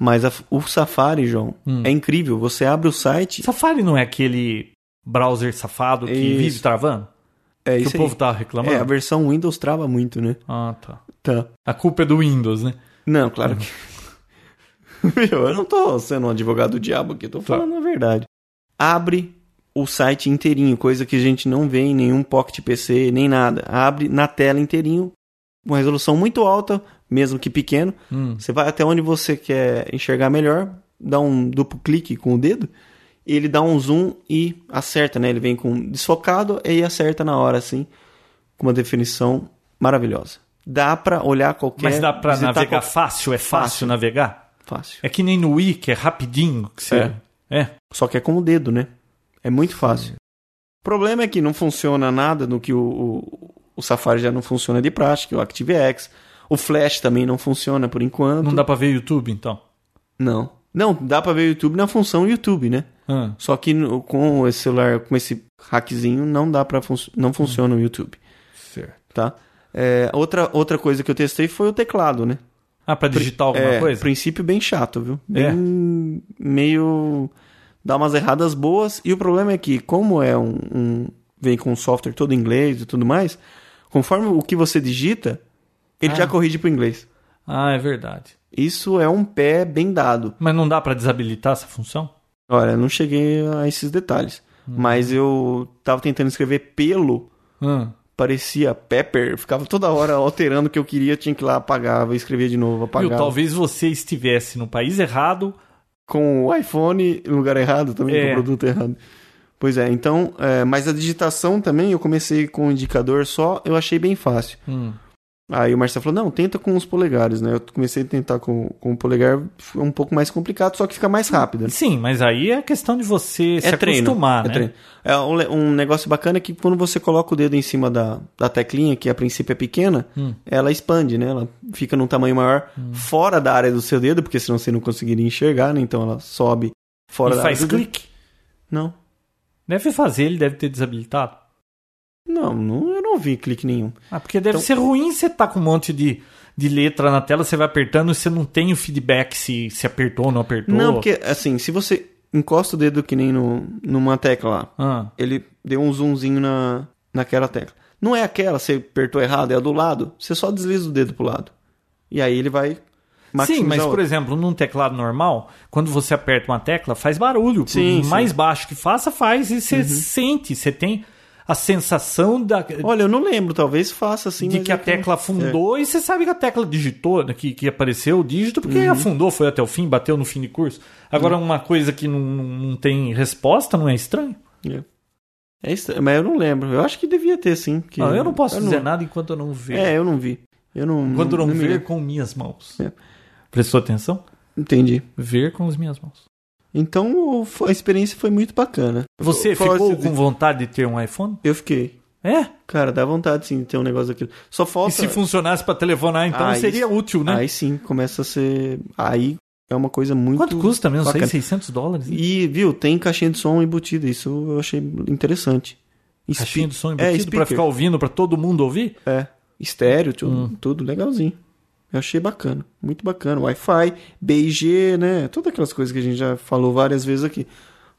S3: Mas a f- o Safari, João,
S1: Hum.
S3: é incrível. Você abre o site.
S1: Safari não é aquele browser safado que
S3: Isso.
S1: vive travando?
S3: É
S1: que
S3: isso
S1: o povo
S3: aí.
S1: tá
S3: É, a
S1: reclamando?
S3: versão Windows trava muito, né?
S1: Ah, tá.
S3: Tá.
S1: A culpa é do Windows, né?
S3: Não, claro que. Meu, eu não tô sendo um advogado do diabo aqui, eu tô
S1: Tá.
S3: falando a verdade. Abre o site inteirinho, coisa que a gente não vê em nenhum Pocket PC, nem nada. Abre na tela inteirinho, uma resolução muito alta, mesmo que pequeno.
S1: Hum.
S3: Você vai até onde você quer enxergar melhor, dá um duplo clique com o dedo, e ele dá um zoom e acerta, né? Ele vem com desfocado e acerta na hora, assim, com uma definição maravilhosa. Dá pra olhar qualquer...
S1: Mas dá pra
S3: é visitar
S1: navegar
S3: qualquer-
S1: fácil? É fácil,
S3: Fácil.
S1: navegar?
S3: Fácil.
S1: É que nem no Wii, que é rapidinho. Que você... é.
S3: Só que é com o dedo, né? É muito fácil. O problema é que não funciona nada no que o, o, o Safari já não funciona de prática, o ActiveX. O Flash também não funciona por enquanto.
S1: Não dá pra ver YouTube, então?
S3: Não. Não, dá pra ver o YouTube na função YouTube, né?
S1: Ah,
S3: Só que no- com esse celular, com esse hackzinho, não dá para não funciona o YouTube,
S1: certo.
S3: tá? É, outra, outra coisa que eu testei foi o teclado, né?
S1: Ah, pra digitar alguma
S3: é,
S1: coisa?
S3: princípio bem chato, viu?
S1: É.
S3: Bem, meio dá umas erradas boas e o problema é que como é um, um- vem com um software todo em inglês e tudo mais, conforme o que você digita, ele já corrige pro inglês.
S1: Ah, é verdade.
S3: Isso é um pé bem dado.
S1: Mas não dá pra desabilitar essa função?
S3: Olha, não cheguei a esses detalhes,
S1: Uhum.
S3: mas eu tava tentando escrever pelo
S1: Ah,
S3: Parecia Pepper, ficava toda hora alterando o que eu queria, tinha que ir lá, apagava, escrevia de novo,
S1: viu,
S3: apagava.
S1: talvez você estivesse no país errado.
S3: com o iPhone no lugar errado também,
S1: É.
S3: com o produto errado. Pois é, então, é, mas a digitação também, eu comecei com um indicador só, eu achei bem fácil.
S1: Hum,
S3: Aí o Marcelo falou, não, tenta com os polegares, né? Eu comecei a tentar com, com o polegar, é um pouco mais complicado, só que fica mais rápido. né?
S1: Sim, mas aí é questão de você se acostumar,
S3: é
S1: né?
S3: treino. É um, le- um negócio bacana é que quando você coloca o dedo em cima da, da teclinha, que a princípio é pequena,
S1: Hum.
S3: ela expande, né? Ela fica num tamanho maior fora da área do seu dedo, porque senão você não conseguiria enxergar, né? Então ela sobe fora
S1: E
S3: da
S1: faz
S3: área do dedo.
S1: clique.
S3: Não.
S1: Deve fazer, ele deve ter desabilitado.
S3: Não, não, eu não vi clique nenhum.
S1: Ah, porque deve
S3: Então-
S1: ser ruim você estar com um monte de, de letra na tela, você vai apertando e você não tem o feedback se, se apertou ou não apertou.
S3: Não, porque assim, se você encosta o dedo que nem no, numa tecla lá,
S1: Ah,
S3: ele deu um zoomzinho na, naquela tecla. Não é aquela, você apertou errado, é a do lado, você só desliza o dedo pro lado. E aí ele vai
S1: Sim,
S3: maximizar
S1: mas
S3: o
S1: por
S3: outro.
S1: exemplo, num teclado normal, quando você aperta uma tecla, faz barulho. Por
S3: Sim, sim.
S1: mais baixo que faça, faz e você sente, você tem a sensação da,
S3: Olha, eu não lembro, talvez faça assim.
S1: de
S3: mas
S1: que a
S3: é eu não-
S1: tecla afundou e você sabe que a tecla digitou, né, que, que apareceu o dígito, porque
S3: Uhum.
S1: afundou, foi até o fim, bateu no fim de curso. Agora, uma coisa que não, não- não tem resposta, não é estranho?
S3: É. É estranho, mas eu não lembro. Eu acho que devia ter, sim. que-
S1: Não, Ah, eu não posso dizer nada enquanto eu não ver.
S3: É, eu não vi. Eu não.
S1: Quando um não,
S3: não me
S1: ver
S3: lembro.
S1: com minhas mãos.
S3: É.
S1: Prestou atenção?
S3: Entendi.
S1: Ver com as minhas mãos.
S3: Então o- a experiência foi muito bacana.
S1: Você
S3: Eu- fala
S1: ficou
S3: assim,
S1: com vontade de ter um iPhone?
S3: Eu fiquei.
S1: É.
S3: Cara, dá vontade sim de ter um negócio daquele. Só falta.
S1: E se funcionasse pra telefonar, então
S3: Ah,
S1: seria
S3: isso-
S1: útil, né?
S3: Aí sim, começa a ser. Aí é uma coisa muito.
S1: Quanto custa mesmo? Isso aí,
S3: bacana.
S1: 600 dólares?
S3: E, viu, tem caixinha de som embutida. Isso eu achei interessante. Espe-
S1: Caixinha de som
S3: É,
S1: embutido pra
S3: speaker.
S1: ficar ouvindo, pra todo mundo ouvir?
S3: É. Estéreo, tudo,
S1: Hum.
S3: tudo legalzinho. Eu achei bacana, muito bacana. Wi-Fi, BIG, né? Todas aquelas coisas que a gente já falou várias vezes aqui.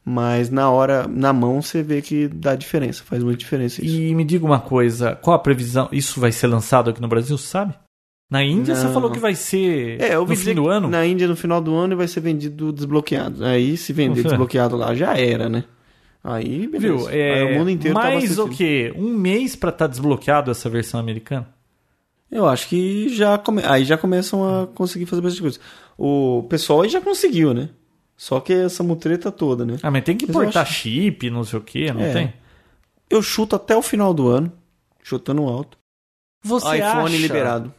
S3: Mas na hora, na mão, você vê que dá diferença, faz muita diferença isso.
S1: E me diga uma coisa, qual a previsão? Isso vai ser lançado aqui no Brasil, sabe? Na Índia você
S3: Não.
S1: falou que vai ser
S3: É, eu ouvi
S1: no
S3: dizer
S1: fim do
S3: que
S1: ano.
S3: na Índia no final do ano e vai ser vendido desbloqueado. Aí se vender
S1: Nossa.
S3: desbloqueado lá já era, né? Aí, beleza.
S1: Viu? É,
S3: Aí o mundo inteiro tá tava
S1: mais
S3: assistindo.
S1: o quê? Um mês pra estar desbloqueado essa versão americana?
S3: Eu acho que já come... aí já começam a conseguir fazer bastante coisa. O pessoal aí já conseguiu, né? Só que essa mutreta toda, né?
S1: Ah, mas tem que
S3: Mas eu
S1: importar
S3: acho-
S1: chip, não sei o quê, não
S3: É.
S1: tem?
S3: Eu chuto até o final do ano, chutando alto.
S1: Você
S3: iPhone
S1: acha...
S3: liberado.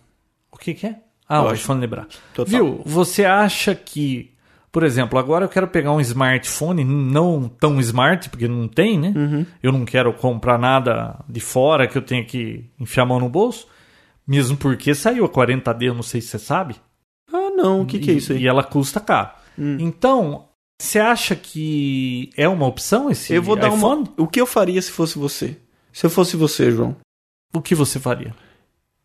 S1: O que, que é? Ah, o
S3: Lógico.
S1: iPhone liberado.
S3: Total.
S1: Viu? Você acha que, por exemplo, agora eu quero pegar um smartphone, não tão smart, porque não tem, né?
S3: Uhum.
S1: Eu não quero comprar nada de fora que eu tenha que enfiar a mão no bolso. Mesmo porque saiu a 40D, eu não sei se você sabe.
S3: Ah, não. O que, que é
S1: E-
S3: isso aí?
S1: E ela custa caro.
S3: Hum.
S1: Então, você acha que é uma opção esse
S3: eu vou dar
S1: iPhone?
S3: uma. O que eu faria se fosse você? Se eu fosse você, João,
S1: O que você faria?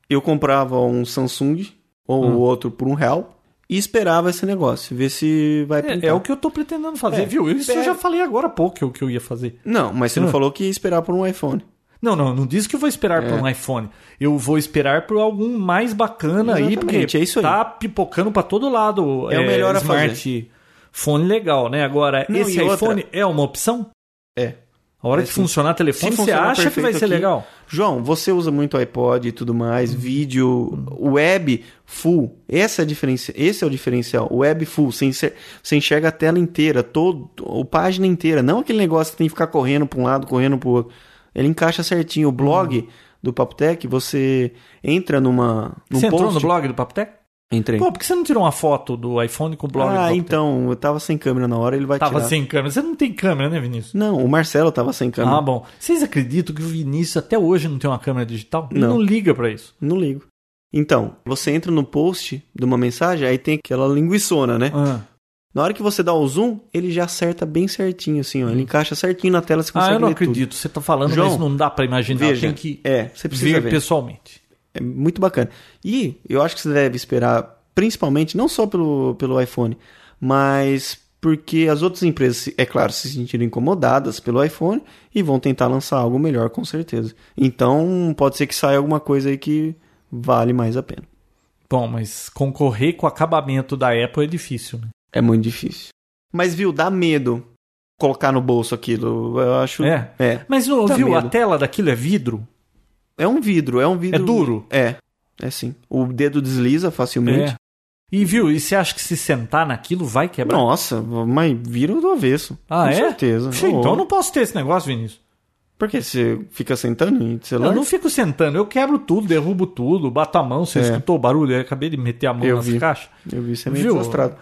S3: eu comprava um Samsung ou
S1: Hum.
S3: outro por um real e esperava esse negócio, ver se vai pintar.
S1: É, é o que eu tô pretendendo fazer,
S3: Então. É,
S1: viu? Isso eu
S3: pega-
S1: já falei agora há pouco que é o que eu ia fazer.
S3: Não, mas você não
S1: Hum.
S3: falou que ia esperar por um iPhone.
S1: Não, não, não disse que eu vou esperar
S3: É.
S1: por um iPhone. Eu vou esperar por algum mais bacana aí,
S3: Exatamente,
S1: porque
S3: é isso aí.
S1: tá pipocando pra todo lado.
S3: É o melhor a
S1: smartphone legal, né? Agora,
S3: Não,
S1: esse
S3: e outra-
S1: iPhone é uma opção?
S3: É.
S1: A hora
S3: É
S1: que
S3: sim.
S1: funcionar telefone,
S3: Se
S1: você
S3: funcionar
S1: acha que vai
S3: perfeito
S1: ser
S3: aqui,
S1: legal?
S3: João, você usa muito iPod e tudo mais,
S1: Hum.
S3: vídeo, web full. Essa é a diferença, esse é o diferencial. Web full, você enxerga, você enxerga a tela inteira, todo, a página inteira, não aquele negócio que tem que ficar correndo para um lado, correndo para o outro. Ele encaixa certinho. O blog
S1: Hum.
S3: do Papotec, você entra numa num
S1: você
S3: post,
S1: entrou no blog do Papotec?
S3: Entrei.
S1: Pô, por que você não tirou uma foto do iPhone com o blog? do
S3: ah,
S1: Papotec?
S3: então, eu tava sem câmera na hora, ele vai
S1: Tava
S3: tirar.
S1: sem câmera. Você não tem câmera, né, Vinícius?
S3: Não, o Marcelo tava sem câmera.
S1: Ah, bom. Vocês acreditam que o Vinícius até hoje não tem uma câmera digital? Ele
S3: Não.
S1: não liga pra isso.
S3: Não ligo. Então, você entra no post de uma mensagem, aí tem aquela linguiçona, né?
S1: Ah,
S3: Na hora que você dá o zoom, ele já acerta bem certinho, assim, ó. Ele encaixa certinho na tela, você
S1: Hum. Ah,
S3: consegue
S1: eu não
S3: ler tudo.
S1: acredito. Você tá falando,
S3: João,
S1: mas não dá pra imaginar.
S3: Veja,
S1: tem que
S3: é, você precisa
S1: ver,
S3: ver.
S1: pessoalmente.
S3: É muito bacana. E eu acho que você deve esperar, principalmente, não só pelo, pelo iPhone, mas porque as outras empresas, se- é claro, se sentiram incomodadas pelo iPhone e vão tentar lançar algo melhor, com certeza. Então, pode ser que saia alguma coisa aí que vale mais a pena.
S1: Bom, mas concorrer com o acabamento da Apple é difícil, né?
S3: É muito difícil. Mas, viu, dá medo colocar no bolso aquilo. Eu acho.
S1: É.
S3: É.
S1: Mas não,
S3: Dá
S1: viu?
S3: medo.
S1: A tela daquilo é vidro?
S3: É um vidro, é um vidro.
S1: É duro?
S3: É. É sim. O dedo desliza facilmente.
S1: É. E viu? E você acha que se sentar naquilo vai quebrar?
S3: Nossa, mas vira do avesso.
S1: Ah,
S3: Com
S1: é?
S3: certeza.
S1: Puxa, então eu
S3: Oh.
S1: não posso ter esse negócio, Vinícius.
S3: Porque você fica sentando em celular?
S1: Eu não fico sentando, eu quebro tudo, derrubo tudo, bato a mão. Você
S3: É.
S1: escutou o barulho? Eu acabei de meter a mão
S3: Eu
S1: nas
S3: vi.
S1: caixas.
S3: Eu vi, você é meio
S1: Viu?
S3: desastrado.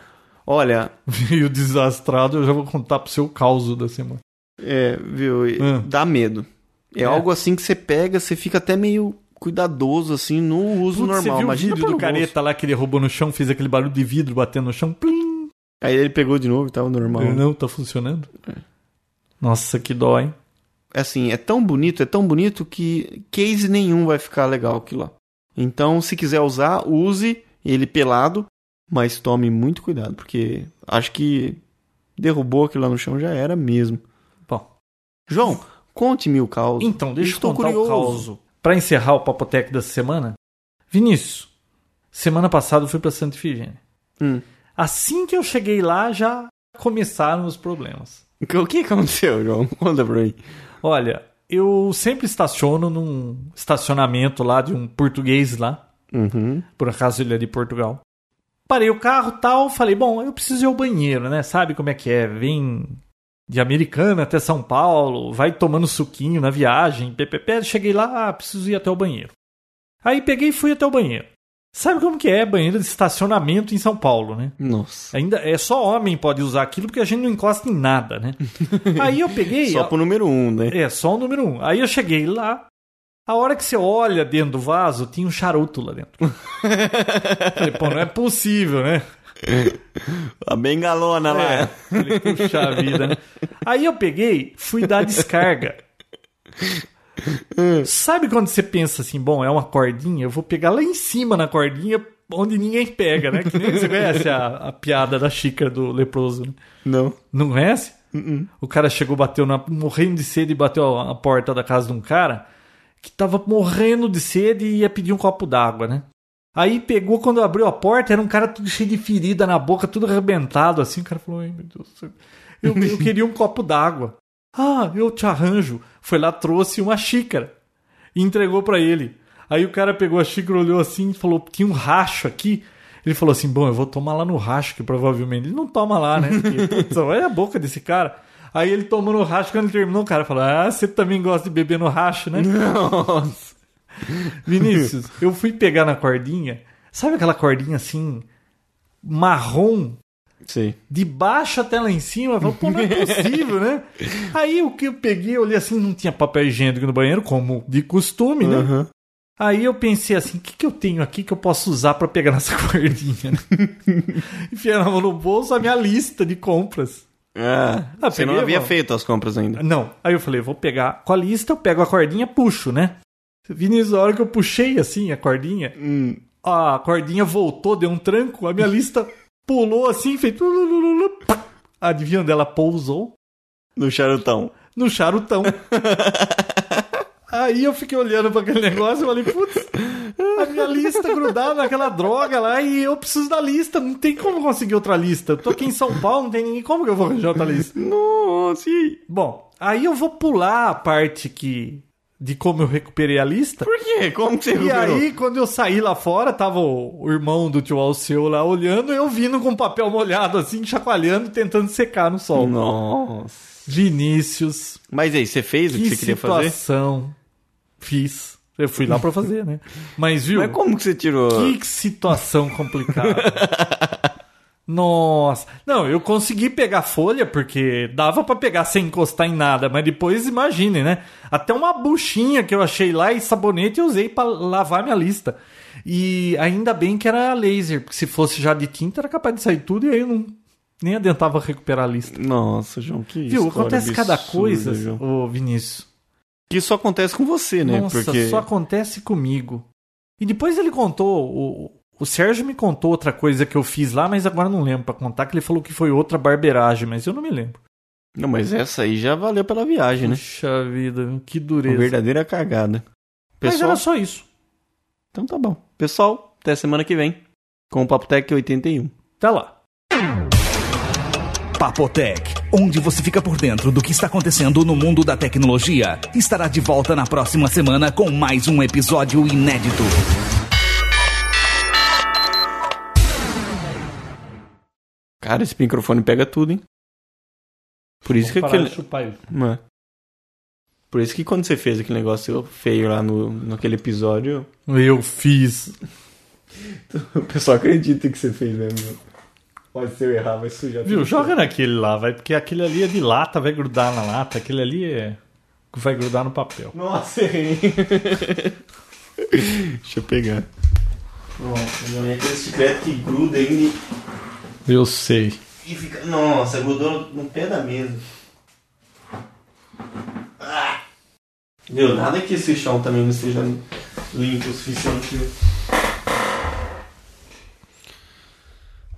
S3: Olha,
S1: E o desastrado eu já vou contar pro seu caos da semana.
S3: é, viu, e-
S1: Hum.
S3: dá medo. É,
S1: É.
S3: algo assim que você pega, você fica até meio cuidadoso, assim, no
S1: Putz,
S3: uso normal.
S1: Você viu
S3: Imagina
S1: o vídeo
S3: pelo
S1: do
S3: bolso.
S1: careta lá que ele roubou no chão, fez aquele barulho de vidro batendo no chão? Plim!
S3: Aí ele pegou de novo e tava normal.
S1: Não, tá funcionando? Nossa, que dó, hein?
S3: assim, é tão bonito, é tão bonito que case nenhum vai ficar legal aquilo lá. Então, se quiser usar, use ele pelado, mas tome muito cuidado, porque acho que derrubou aquilo lá no chão já era mesmo.
S1: Bom,
S3: João, conte-me o caos.
S1: então deixa
S3: Estou
S1: eu contar
S3: curioso.
S1: o caos. Pra encerrar o Papotec dessa semana, Vinícius, semana passada eu fui pra Santa Efigênia.
S3: Hum.
S1: Assim que eu cheguei lá, já começaram os problemas.
S3: O que aconteceu, João? Conta pra mim.
S1: Olha, eu sempre estaciono num estacionamento lá de um português lá.
S3: Uhum.
S1: Por acaso ele é de Portugal. Parei o carro tal, falei, bom, eu preciso ir ao banheiro, né? Sabe como é que é? Vem de Americana até São Paulo, vai tomando suquinho na viagem, ppp, cheguei lá, ah, preciso ir até o banheiro. Aí peguei e fui até o banheiro. Sabe como que é banheiro de estacionamento em São Paulo, né?
S3: Nossa.
S1: Ainda é só homem pode usar aquilo porque a gente não encosta em nada, né? Aí eu peguei,
S3: Só pro número um, né?
S1: é, só o número um. Aí eu cheguei lá. A hora que você olha dentro do vaso, tinha um charuto lá dentro. Falei, pô, não é possível, né?
S3: A bengalona
S1: É.
S3: lá.
S1: Falei, puxa vida, né? Aí eu peguei, fui dar a descarga. Sabe quando você pensa assim, bom, é uma cordinha, eu vou pegar lá em cima na cordinha, onde ninguém pega, né? Que nem você conhece a, a piada da xícara do leproso, né?
S3: Não.
S1: Não conhece? O cara chegou, bateu na, morrendo de sede e bateu a a porta da casa de um cara que tava morrendo de sede e ia pedir um copo d'água, né? Aí pegou, quando abriu a porta, era um cara tudo cheio de ferida na boca, tudo arrebentado, assim. O cara falou: Ai, meu Deus do céu, eu, eu queria um copo d'água. Ah, eu te arranjo. Foi lá, trouxe uma xícara e entregou pra ele. Aí o cara pegou a xícara, olhou assim e falou: tinha um racho aqui. Ele falou assim: bom, eu vou tomar lá no racho, que provavelmente ele não toma lá, né? Porque, putz, olha a boca desse cara. Aí ele tomou no racho, quando ele terminou, o cara falou: Ah, você também gosta de beber no racho, né?
S3: Nossa.
S1: Vinícius, eu fui pegar na cordinha, sabe aquela cordinha assim, marrom,
S3: Sim.
S1: de baixo até lá em cima? Eu falei, pô, não é possível, né? Aí o que eu peguei, eu olhei assim, não tinha papel higiênico no banheiro, como de costume, né?
S3: Aham.
S1: Aí eu pensei assim, o que, que eu tenho aqui que eu posso usar pra pegar nessa cordinha? né? Enfiei a mão no bolso a minha lista de compras.
S3: Ah,
S1: Ah,
S3: você não
S1: peguei,
S3: havia
S1: mano.
S3: feito as compras ainda.
S1: Não. Aí eu falei, vou pegar com a lista, eu pego a cordinha, puxo, né? Vinícius, a hora que eu puxei assim a cordinha, a cordinha voltou, deu um tranco, a minha lista pulou assim, fez... tulululu, pá. Adivinha onde ela pousou?
S3: No charutão.
S1: No charutão. Aí eu fiquei olhando pra aquele negócio e falei, putz, a minha lista grudada naquela droga lá e eu preciso da lista, não tem como conseguir outra lista. Eu tô aqui em São Paulo, não tem ninguém, como que eu vou arranjar outra lista?
S3: Nossa, e aí?
S1: Bom, aí eu vou pular a parte que de como eu recuperei a lista.
S3: Por quê? Como que você
S1: E
S3: recuperou?
S1: aí, quando eu saí lá fora, tava o, o irmão do tio Alceu lá olhando, eu vindo com um papel molhado assim, chacoalhando, tentando secar no sol.
S3: Nossa.
S1: Vinícius,
S3: Mas e aí, você fez o que,
S1: que
S3: você queria fazer?
S1: situação. Fiz. Eu fui lá pra fazer, né? Mas viu?
S3: Mas como que você tirou?
S1: Que situação complicada. Nossa. Não, eu consegui pegar folha porque dava pra pegar sem encostar em nada, mas depois imagine, né? Até uma buchinha que eu achei lá e sabonete eu usei pra lavar minha lista. E ainda bem que era laser, porque se fosse já de tinta era capaz de sair tudo e aí eu não nem adiantava recuperar a lista.
S3: Nossa, João, que
S1: Viu?
S3: história
S1: Acontece cada
S3: absurda,
S1: coisa,
S3: João.
S1: ô Vinícius.
S3: Que isso acontece com você, né?
S1: Nossa,
S3: Porque
S1: só acontece comigo. E depois ele contou, o, o Sérgio me contou outra coisa que eu fiz lá, mas agora não lembro pra contar, que ele falou que foi outra barbeiragem, mas eu não me lembro.
S3: Não, mas essa aí já valeu pela viagem, né?
S1: Puxa vida, que
S3: Uma
S1: dureza.
S3: verdadeira cagada.
S1: mas
S3: Pessoal,
S1: era só isso.
S3: então tá bom. Pessoal, até semana que vem com o Papo Tech 81.
S1: Até lá.
S2: Papotec, onde você fica por dentro do que está acontecendo no mundo da tecnologia, estará de volta na próxima semana com mais um episódio inédito.
S3: Cara, esse microfone pega tudo, hein? Por isso que aquele... Mano. Por isso que quando você fez aquele negócio feio lá no, naquele episódio,
S1: Eu fiz.
S3: o pessoal acredita que você fez mesmo. Mas se eu errar, vai sujar
S1: Viu,
S3: tudo.
S1: joga naquele lá, vai, porque aquele ali é de lata, vai grudar na lata, aquele ali é. Vai grudar no papel.
S3: Nossa, errei. Deixa eu pegar. Nossa, não é aquele chiclete que gruda ainda
S1: Eu sei.
S3: e fica. Nossa, grudou no pé da mesa. Ah! Meu, nada que esse chão também não seja limpo o suficiente.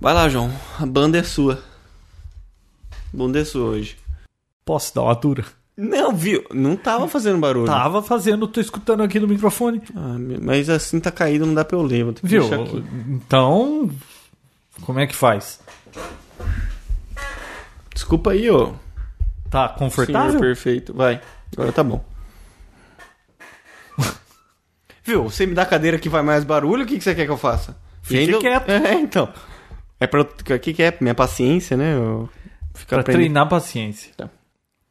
S3: Vai lá, João. A banda é sua. A banda é sua hoje.
S1: Posso dar uma dura?
S3: Não, viu? Não tava fazendo barulho.
S1: Tava fazendo, tô escutando aqui no microfone.
S3: Ah, mas assim tá caído, não dá pra eu ler. Vou ter que
S1: Viu?
S3: deixar aqui.
S1: Então, como é que faz?
S3: Desculpa aí, ô.
S1: Tá
S3: Senhor
S1: confortável?
S3: perfeito. Vai. Agora tá bom. Viu? Você me dá a cadeira que vai mais barulho, o que, que você quer que eu faça? E
S1: Fique
S3: ainda-
S1: quieto.
S3: É, então. É pra... O que, que é? Minha paciência, né? Eu... Ficar
S1: Pra
S3: aprendendo.
S1: treinar a paciência.
S3: Tá.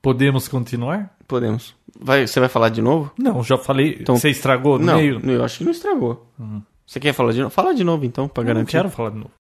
S1: Podemos continuar?
S3: Podemos. Vai, você vai falar de novo?
S1: Não, já falei.
S3: Então-
S1: Você estragou no
S3: não,
S1: meio?
S3: eu acho que Uhum. não estragou. Você quer falar de novo? Fala de novo, então, pra
S1: Eu não
S3: garantir.
S1: quero falar de novo.